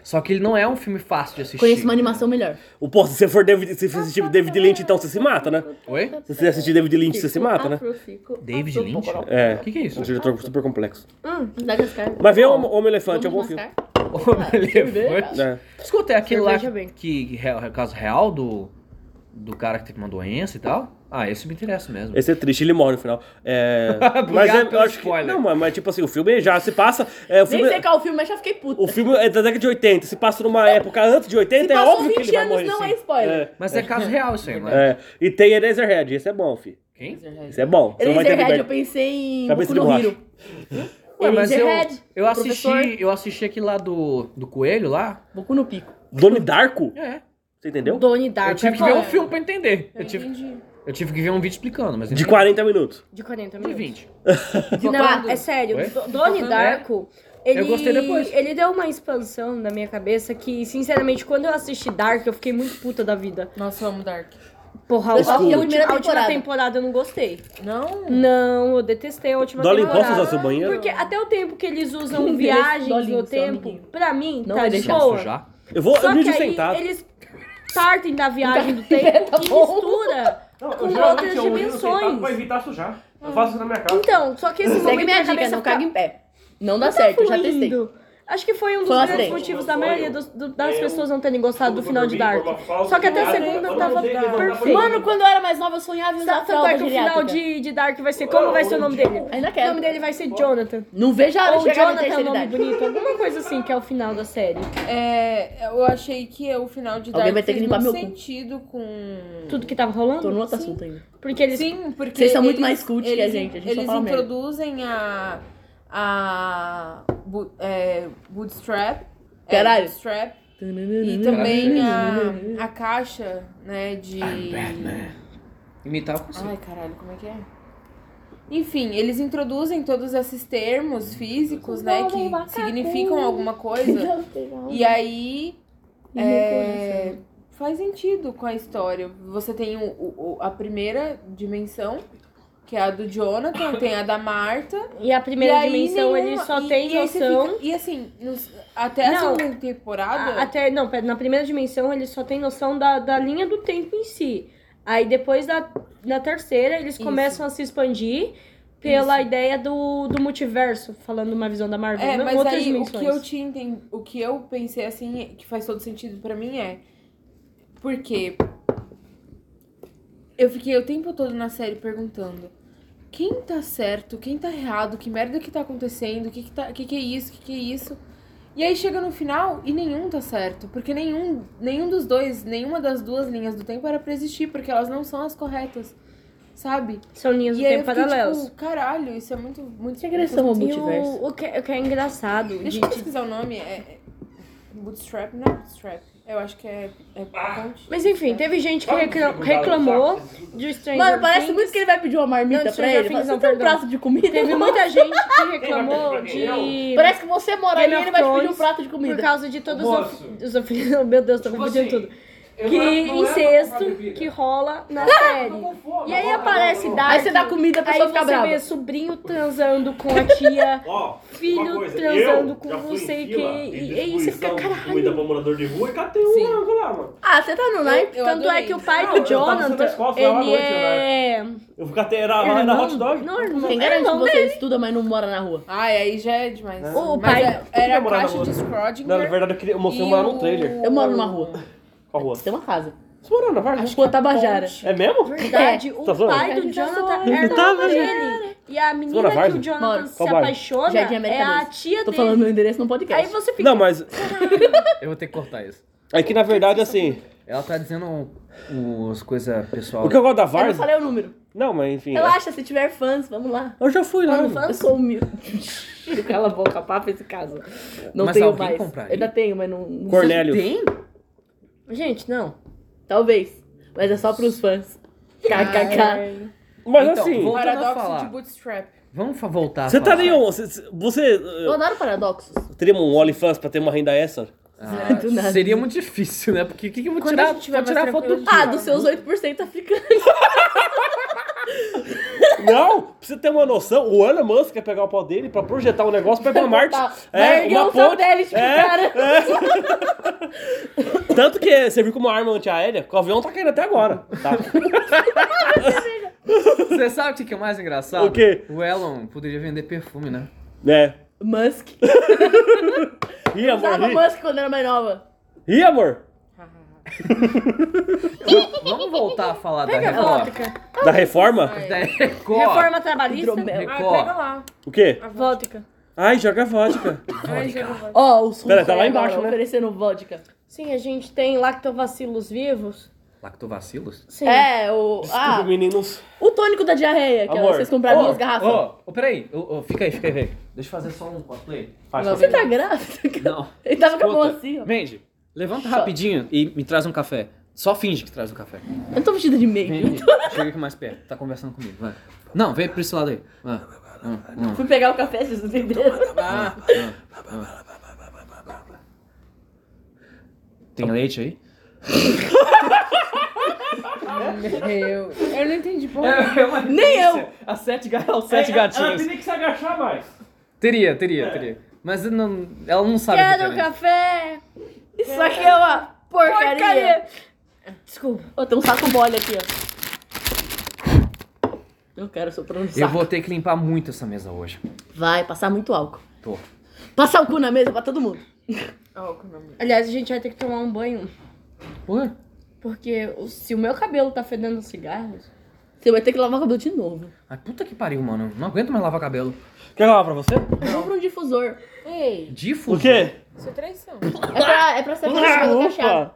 S3: Só que ele não é um filme fácil de assistir.
S2: Conheço uma animação melhor.
S1: O pô, se você for David, se você assistir David Lynch, então você se mata, né?
S3: Oi?
S2: um
S1: Se você
S2: É.
S1: assistir David Lynch, você se mata, né?
S3: David Lynch?
S1: É.
S3: O que, que é isso?
S1: Um diretor super complexo.
S2: Hum, Madagascar.
S1: Mas vê o Homem Elefante, é um bom filme.
S2: Madagascar?
S3: [LAUGHS] Elefante.
S1: É.
S3: Escuta, é aquele lá
S5: Cerveja bem.
S3: que é o caso real do, do cara que teve uma doença e tal? Ah, esse me interessa mesmo.
S1: Esse é triste, ele morre no final.
S2: [LAUGHS]
S1: É...
S3: Obrigado
S1: mas é, eu
S3: pelo
S1: acho que.
S3: spoiler.
S1: Não, mas, mas tipo assim, o filme já se passa. É, o,
S2: Nem
S1: filme,
S2: sei qual é o filme, mas já fiquei puta.
S1: o filme é da década de 80. Se passa numa época antes de 80,
S2: Se
S1: é
S2: passou
S1: óbvio que
S2: 20
S1: ele vai
S2: anos,
S1: morrer.
S2: não
S1: sim.
S2: é spoiler.
S3: Mas é caso real isso aí, não é?
S1: É, é. E tem Eraserhead, esse é bom, fi.
S3: Quem?
S1: Esse é bom. Você não vai ter
S2: Eraserhead, eu
S1: liberta-
S2: pensei em
S1: Cabeça
S2: Boku
S1: de
S2: no
S1: borracha.
S2: Hero.
S3: Ué, mas eu,
S2: Eraserhead,
S3: eu
S2: o professor,
S3: assisti, eu assisti aquele lá do, do coelho lá.
S2: Boku no Pico.
S1: Doni Darko?
S3: É.
S1: Você entendeu?
S5: Donnie
S3: Eu
S5: Darko.
S3: tive
S5: é
S3: que ver
S5: bom.
S3: um filme pra entender. Eu
S4: Eu
S3: tive,
S4: entendi.
S3: eu tive que ver um vídeo explicando, mas
S1: De 40 minutos.
S5: De 40
S3: De
S5: minutos.
S3: 20.
S5: Não, é sério,
S3: Oi?
S5: Do- Donnie Darko. Ele,
S3: gostei depois.
S5: ele deu uma expansão na minha cabeça que, sinceramente, quando eu assisti Dark, eu fiquei muito puta da vida.
S4: Nossa, eu amo Dark.
S5: Porra,
S2: Eu só vi a primeira
S5: a, última, a última
S2: temporada.
S5: temporada eu não gostei.
S4: Não.
S5: Não, eu detestei a última
S1: Dolly,
S5: temporada.
S1: posso usar seu banheiro?
S5: Porque até o tempo que eles usam
S2: Dolly,
S5: viagens no
S2: seu
S5: tempo,
S2: amiguinho.
S5: pra mim,
S2: Não
S5: tá
S2: vai
S5: de
S2: deixar
S5: boa.
S3: sujar.
S1: Eu vou eu
S5: Só
S1: me
S5: que aí
S1: sentado.
S5: eles partem da
S2: [LAUGHS]
S5: viagem do tempo e
S2: um
S5: mistura com outras dimensões. Ah.
S1: evitar sujar. Eu faço isso na minha casa.
S5: Então, só que esse
S2: Segue
S5: momento
S2: minha
S5: minha
S2: dica,
S5: cabeça
S2: não
S5: fica
S2: caga em pé. Não dá certo, eu já testei.
S5: fluindo. Acho que foi um dos
S2: Foi um
S5: grandes
S2: acidente.
S5: motivos da maioria dos- do- das pessoas não terem gostado do final de Dark. Só que até a segunda tava perfeito.
S2: Mano, quando eu era mais nova, eu sonhava em usar
S5: Sabe tanto
S2: fralda
S5: é que o final
S2: geriátrica.
S5: de, de Dark vai ser. Como vai ser o nome dele?
S2: Ainda
S5: O
S2: quero.
S5: nome dele vai ser Jonathan.
S2: Não vejo a hora de
S5: Ou
S2: chegar na
S5: Jonathan é um
S2: terceira
S5: nome
S2: idade.
S5: bonito. Alguma coisa assim que é o final da série.
S4: É, eu achei que o final de
S2: Alguém
S4: Dark
S2: vai ter que
S4: fez
S2: limpar
S4: muito
S2: meu cu.
S4: sentido com...
S5: Tudo que tava
S2: Tô
S5: rolando.
S2: no outro assunto ainda.
S5: Porque eles.
S4: Sim, porque.
S2: Vocês são muito
S4: eles-
S2: mais cult que
S4: eles
S2: a gente, a gente só
S4: eles
S2: fala merda.
S4: introduzem a. a. bu- é, bootstrap. é,
S2: Caralho. Uhum.
S4: bootstrap. E também a, a caixa, né? De.
S3: Imitar eu consigo.
S4: Ai, caralho, como é que é? Enfim, eles introduzem todos esses termos físicos, né? Que significam
S2: [LAUGHS]
S4: alguma coisa. E aí. é, faz sentido com a história. Você tem o, o- o- a primeira dimensão, que é a do Jonathan, tem a da Marta.
S5: E a [LAUGHS] primeira
S4: e aí
S5: dimensão
S4: nenhuma-
S5: ele só
S4: e-
S5: tem
S4: e aí você
S5: noção.
S4: fica- e assim, nos- até a
S5: Não.
S4: segunda temporada.
S5: A- Até, não, pera, na primeira dimensão ele só tem noção da, da linha do tempo em si. Aí depois da, na terceira eles
S4: Isso.
S5: começam a se expandir pela
S4: Isso.
S5: ideia do, do multiverso, falando uma visão da Marvel,
S4: É,
S5: não,
S4: mas
S5: outras
S4: aí
S5: dimensões.
S4: o que eu te entendi, o que eu pensei assim, que faz todo sentido pra mim é porque eu fiquei o tempo todo na série perguntando quem tá certo, quem tá errado, que merda que tá acontecendo, o que que, tá, que que é isso, o que que é isso. E aí chega no final e nenhum tá certo, porque nenhum, nenhum dos dois, nenhuma das duas linhas do tempo era pra existir, porque elas não são as corretas, sabe?
S5: São linhas do
S4: E aí eu
S5: tempo
S4: fiquei
S5: paralelas.
S4: tipo, caralho, isso é muito, muito...
S2: Que agressão ao
S5: E
S2: multiverso.
S5: o, o, que, o que é engraçado.
S4: Deixa eu
S5: de-
S4: pesquisar o nome. É, é- bootstrap? Não é Bootstrap. Eu acho que é. é ponte.
S5: Mas enfim, teve gente que recla- reclamou de Stranger
S2: Mano, parece
S5: Things.
S2: muito que ele vai pedir uma marmita pra
S5: Não, seja
S2: ele. Fala,
S5: fins,
S2: Você
S5: não,
S2: tem um
S5: perdão.
S2: prato de comida?
S5: Teve muita gente que reclamou de.
S2: Parece que você mora aí
S5: Game
S2: e
S5: of
S2: ele vai te pedir um
S5: Thrones,
S2: prato de
S5: Por
S2: comida.
S5: causa de todos os [LAUGHS] ofendidos. Meu Deus, Ah, tô
S3: Tipo
S5: confundindo
S3: assim,
S5: tudo. Que incesto que rola na série. E aí aparece Dark.
S2: Aí você dá comida, a
S5: aí
S2: pessoa fica
S5: você
S2: brava.
S5: vê sobrinho transando com a
S1: [LAUGHS]
S5: tia,
S7: Ó,
S5: filho
S7: uma coisa,
S5: transando
S7: eu
S5: com
S7: já fui
S5: não sei
S7: em
S5: o que.
S7: fila em
S5: E aí você fica,
S7: distribuição de Comida
S5: caralho.
S7: pra morador de rua e catei um
S4: Sim.
S7: rango lá, mano.
S2: Ah, você tá no naipe?
S4: eu
S5: Tanto é
S4: adorei.
S5: que o pai
S7: Não,
S5: do
S7: eu tava sendo
S5: Jonathan,
S7: escola, foi lá na
S5: ele
S7: noite,
S5: é.
S1: Eu vou até era, era,
S5: irmão-
S1: Tá hot dog.
S5: Não, irmão.
S2: Quem
S5: é
S2: garante que
S5: irmão
S2: você
S5: dele.
S2: estuda, mas não mora na rua?
S4: Ai, aí já é demais.
S5: O
S4: Mas
S5: pai-
S4: é-
S1: Quem
S4: era a
S1: mora na
S4: caixa
S1: rua?
S4: de
S5: assim,
S4: Scrodinger.
S5: né?
S1: Não, na verdade, eu queria. Eu mostrei morar num trailer.
S2: Eu moro numa rua.
S1: Qual rua?
S2: Você tem uma casa.
S1: Você morou na Vargas?
S2: Acho que é Tabajara.
S1: É mesmo?
S5: verdade, o
S1: Tá zoando?
S5: pai do Jonathan é irmão
S1: tava,
S5: dele. E a menina
S1: Mora,
S5: que
S1: Vargas?
S5: o Jonathan
S2: Mora.
S5: se
S1: Qual bairro?
S5: apaixona
S2: Jardim
S5: é
S2: América
S5: a
S2: dois.
S5: tia
S2: Tô
S5: dele.
S2: falando o endereço no
S5: Aí
S2: podcast.
S5: você fica.
S1: Não, mas
S3: Eu vou ter que cortar isso.
S1: é que na verdade, assim,
S3: Ela tá dizendo os coisas pessoal.
S1: o que eu gosto da
S2: Eu não
S1: Vargas.
S2: falei o número.
S1: Não, mas enfim. é.
S2: Relaxa, se tiver fãs, vamos lá.
S1: Eu já fui lá.
S2: Eu sou humilde. Do [LAUGHS] cala a boca, papo esse caso. Não
S3: Mas
S2: tenho
S3: alguém
S2: mais.
S3: compraria?
S2: Ainda tenho, mas não. não
S1: Cornélio.
S3: Tem?
S2: Gente, não. Talvez. Mas é só pros fãs. KKK.
S4: Ai.
S1: Mas
S3: Então,
S1: assim,
S3: vou- Voltando a
S4: Paradoxo
S3: falar.
S4: de bootstrap.
S3: Vamos fa- voltar. a
S1: você
S3: falar.
S1: estaria. um- Você. você eh,
S2: Eu adoro paradoxos.
S1: teria um OnlyFans pra ter uma renda extra?
S3: Ah,
S2: Do nada.
S3: seria muito difícil, né? Porque o que, que eu vou
S4: Quando
S3: tirar?
S4: a gente tiver
S3: vou tirar
S4: mais
S3: foto
S4: tranquilo,
S3: do
S2: Ah, dos seus 8% africanos.
S1: Não! Pra você ter uma noção, o Elon Musk quer pegar o pau dele pra projetar um negócio,
S2: Tá.
S1: pegar Marte.
S2: Vai erguer um satélite pro
S1: É,
S2: cara.
S1: Tanto que serviu como arma antiaérea, que o avião tá caindo até agora. [LAUGHS] Tá?
S3: Você sabe o que que é mais engraçado?
S1: O quê?
S3: O Elon poderia vender perfume, né?
S1: né? [LAUGHS]
S2: Musk.
S1: Ih, amor,
S2: Usava
S1: ih.
S2: Musk quando era mais nova.
S1: ih,
S2: [LAUGHS]
S1: amor.
S3: Vamos- Vamos voltar a falar da
S5: [LAUGHS]
S3: Record.
S5: Vodka.
S1: Da reforma?
S3: Da Record.
S5: Reforma trabalhista?
S2: Hidromel.
S4: Ah,
S3: Record.
S4: pega lá.
S1: O quê?
S5: Vodka.
S1: Ai, joga vodka.
S4: Ai, chega, vai.
S2: Ó, os russos
S1: Pera, tá
S2: aí
S1: lá
S2: agora
S1: embaixo, né?
S2: oferecendo vodka.
S5: Sim, a gente tem lactobacilos vivos.
S3: Lactobacilos?
S5: Sim.
S2: É, o...
S1: Desculpa,
S2: Ah,
S1: meninos.
S2: o tônico da diarreia, que é
S1: Amor.
S2: vocês compraram
S1: Ô,
S2: duas garrafas.
S3: Ô, ô, peraí. Ô, ô, fica aí, fica aí, vem. Deixa eu fazer só um cosplay.
S1: Faz
S2: Você tá grávida?
S3: Não.
S2: Ele tava com a mão
S3: Escuta,
S2: assim, ó.
S3: Mandy, levanta
S2: Só.
S3: rapidinho e me traz um café. Só finge que traz um café.
S2: Eu não tô vestida de meio.
S3: Vem aqui. Chega aqui mais perto. Tá conversando comigo. Vai. Não, vem pra esse lado aí. Vai. Hum, hum.
S2: Fui pegar o café, vocês não entenderam.
S3: Tem leite aí?
S4: Meu. Eu não entendi porra.
S2: Nem eu.
S3: As sete, ga- os sete
S2: É,
S3: gatinhos.
S2: ah,
S1: que se agachar mais.
S3: Teria, teria, teria. Mas eu não, ela não sabe o que
S5: Quero
S3: que é. né?
S5: café!
S2: Isso aqui é uma porcaria.
S5: Porcaria! Desculpa.
S2: Ó, tem um saco mole aqui, ó. Eu quero soprando no
S3: Eu
S2: saco.
S3: vou ter que limpar muito essa mesa hoje.
S2: Vai, passar muito álcool.
S3: Tô.
S2: Passar o cu na mesa pra todo mundo.
S4: Ó, com o nome.
S5: Aliás, a gente vai ter que tomar um banho.
S3: Ué?
S5: Porque o- se o meu cabelo tá fedendo cigarros.
S2: Você vai ter que lavar o cabelo de novo.
S3: Ai, puta que pariu, mano. Não aguento mais lavar cabelo.
S1: Quer falar pra você?
S2: Compra um difusor.
S4: Ei,
S3: Difusor.
S1: O quê?
S4: isso é traição.
S2: É pra, é pra ser
S1: Ah,
S2: cabelo
S1: opa.
S2: cacheado.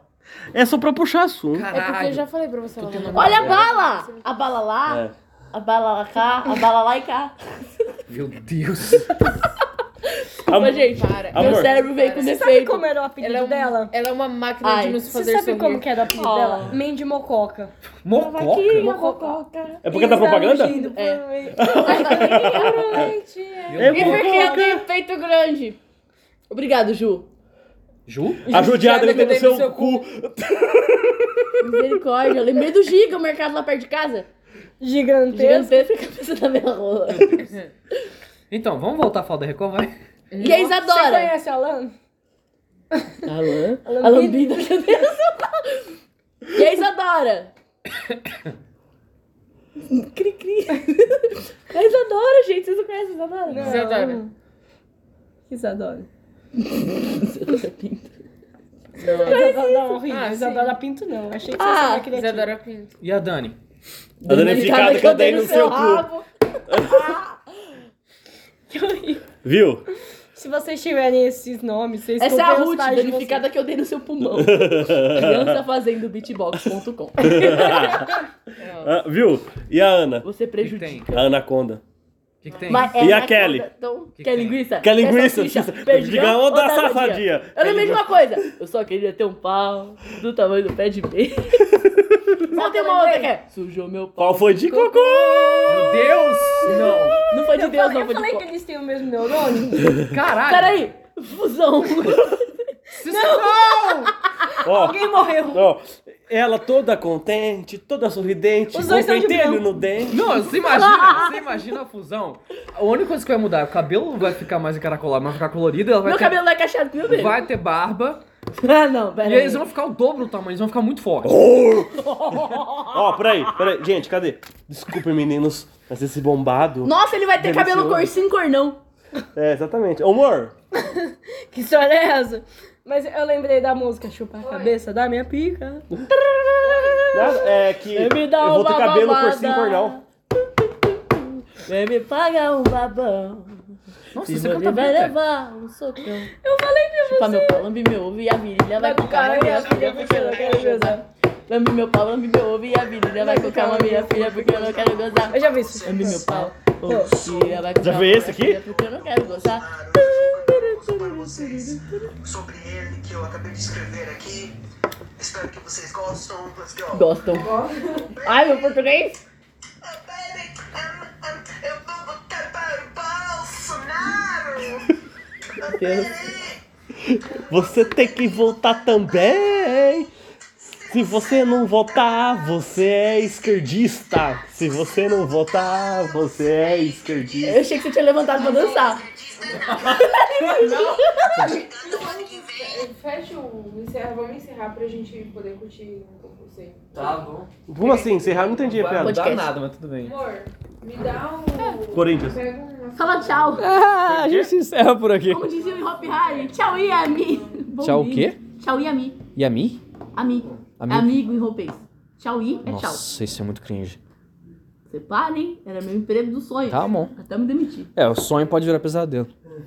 S1: É só pra puxar assunto.
S4: É porque
S3: Caralho.
S4: eu já falei pra você lavar.
S2: Olha a bala! A bala lá,
S1: É.
S2: a bala lá cá, a bala lá e cá.
S3: Meu Deus.
S1: Amor,
S2: Mas, gente,
S4: Para.
S2: meu
S1: Amor.
S2: cérebro veio com
S5: Você sabe
S2: defeito.
S5: como era o apelido
S4: Ela é, um-
S5: dela?
S4: ela é uma máquina
S2: Ai,
S4: de nos
S5: Você
S4: fazer
S5: sabe
S4: sorrir.
S5: como que era o apelido
S2: Oh.
S5: dela? Mandy
S3: [LAUGHS]
S5: Mococa. tá
S3: Mococa?
S5: Mococa.
S1: É por
S2: um
S1: causa da propaganda?
S2: É.
S5: é.
S3: Meu
S2: E
S1: Eu-
S3: Deus.
S2: porque eu tenho peito grande. Obrigado, Ju.
S3: Ju?
S1: A judiada que tem no
S4: Judiada
S1: seu, cu.
S2: Misericórdia. Eu lembrei do Giga, o mercado lá perto de casa.
S5: Gigantesca.
S2: Gigantesca a cabeça da minha [LAUGHS] rola.
S3: Então, vamos voltar a falar da Record, vai?
S2: E a
S5: Você
S2: Isadora.
S5: conhece a Alan?
S2: Alan? A lambida. E a Isadora? [COUGHS] Cri, cri. A Isadora, gente. Vocês não conhecem a Isadora?
S4: Isadora.
S5: Isadora.
S2: Isadora Pinto.
S5: Isadora não, horrível.
S4: Ah, sim.
S5: Isadora Pinto não. Achei que você
S2: Ah,
S5: sabia que ele era
S4: Isadora Pinto.
S3: E a Dani?
S1: A danificada que eu dei no seu cu.
S2: rabo.
S5: Que horrível.
S1: Viu?
S5: Se vocês tiverem esses nomes, vocês
S2: Essa é a
S5: comprem os
S2: Ruth,
S5: pais de
S2: danificada que eu dei no seu [LAUGHS] pulmão. Criançafazendo.beatbox.com
S1: Ah, viu? E a Ana?
S2: Você
S3: O que tem?
S2: prejudica.
S1: A Anaconda.
S3: O que, que tem?
S2: Mas é
S1: E a
S2: na
S1: Kelly?
S2: conta- Então,
S3: que
S2: quer
S3: tem?
S2: linguiça?
S1: Quer linguiça? [LAUGHS]
S2: salsicha?
S1: Perdigão ou da
S2: safadinha?
S1: safadinha?
S2: Eu lembrei de uma coisa. Eu só queria ter um pau do tamanho do pé
S1: [LAUGHS]
S2: de meia. Só tem uma outra que é. Sujou meu pau.
S1: Qual foi de cocô?
S3: Meu Deus! Não!
S2: Não foi de
S5: Eu
S2: Deus,
S5: falei,
S2: não
S5: eu
S2: foi de
S5: falei que
S2: pau.
S5: eles têm o mesmo neurônio. [LAUGHS]
S3: Caralho!
S2: Peraí. Fusão. [LAUGHS]
S1: Ó,
S5: Alguém morreu.
S1: ó, ela toda contente, toda sorridente,
S5: Os
S1: com
S5: dois são de
S1: pentelho
S5: branco.
S1: no dente.
S3: Não, você imagina, você imagina a fusão. A única coisa que vai mudar, é o cabelo não vai ficar mais encaracolado, mas vai ficar colorido, ela vai
S2: Meu
S3: ter,
S2: cabelo não é cacheado que meu dele.
S3: vai ter barba,
S2: Ah, não, peraí.
S3: e eles vão ficar o dobro do tamanho, eles vão ficar muito fortes.
S1: Ó, peraí, peraí. Gente, cadê? Desculpem, meninos, mas esse bombado...
S2: Nossa, ele vai ter cabelo cor
S1: Delicioso.
S2: sim, cor não.
S1: É, exatamente. Ô, Amor,
S5: Que história é essa? Mas eu lembrei da música Chupa a cabeça da minha pica.
S1: nada, é que
S2: Me dá
S1: eu vou
S2: uma
S1: ter cabelo cor sim,
S2: babada.
S1: cor não.
S2: Vem me paga um babão.
S3: Nossa,
S2: Se
S3: você
S2: você
S3: canta
S2: vai
S3: bem, até.
S2: levar um socão. Eu falei pra Chupa meu pau, lambe meu ovo e a virilha vai
S5: Vai
S2: Tá com calma,
S5: com
S2: minha
S5: calma,
S2: filha,
S5: minha
S2: porque eu não quero gozar. Lambe meu pau, lambe meu ovo e a virilha vai com calma, minha filha, porque eu não quero gozar.
S5: Eu já vi isso.
S2: Lambe meu pau, E ela
S1: Já vê esse aqui?
S2: É porque eu não quero gostar.
S7: para vocês sobre ele que eu acabei de escrever aqui. Espero que vocês gostam. Let's go.
S2: Gostam. Ai, meu português?
S7: Oh, baby, I'm- I'm- eu vou votar para o Bolsonaro. Oh,
S2: Deus.
S7: baby,
S1: Você tem que votar também. Se você não votar, você é esquerdista. Se você não votar, você é esquerdista.
S2: Eu achei que você tinha levantado pra dançar.
S7: né? no ano que vem.
S4: Fecha o. Encerra, vamos encerrar pra gente poder curtir um pouco isso aí.
S3: Tá bom.
S1: Como assim? Encerrar? Não entendi a
S3: Não vai
S1: piada.
S3: mudar
S2: Podcast.
S3: nada, mas tudo bem.
S4: Amor, me dá um.
S1: Corinthians.
S4: Pega uma.
S2: Fala tchau. [LAUGHS]
S3: Ah, a gente encerra por aqui.
S2: Como dizia o Hop Harry, tchau Yami. Bom
S3: Tchau o
S2: dia.
S3: quê?
S2: Tchau Yami.
S3: E a mim?
S2: Ami.
S3: Ami.
S2: Amigo em roupês. Tchau I é tchau.
S3: Nossa, isso é muito cringe.
S2: Separem, era meu emprego do sonho.
S3: Tá bom.
S2: Até me demitir.
S3: É, o sonho pode virar pesadelo.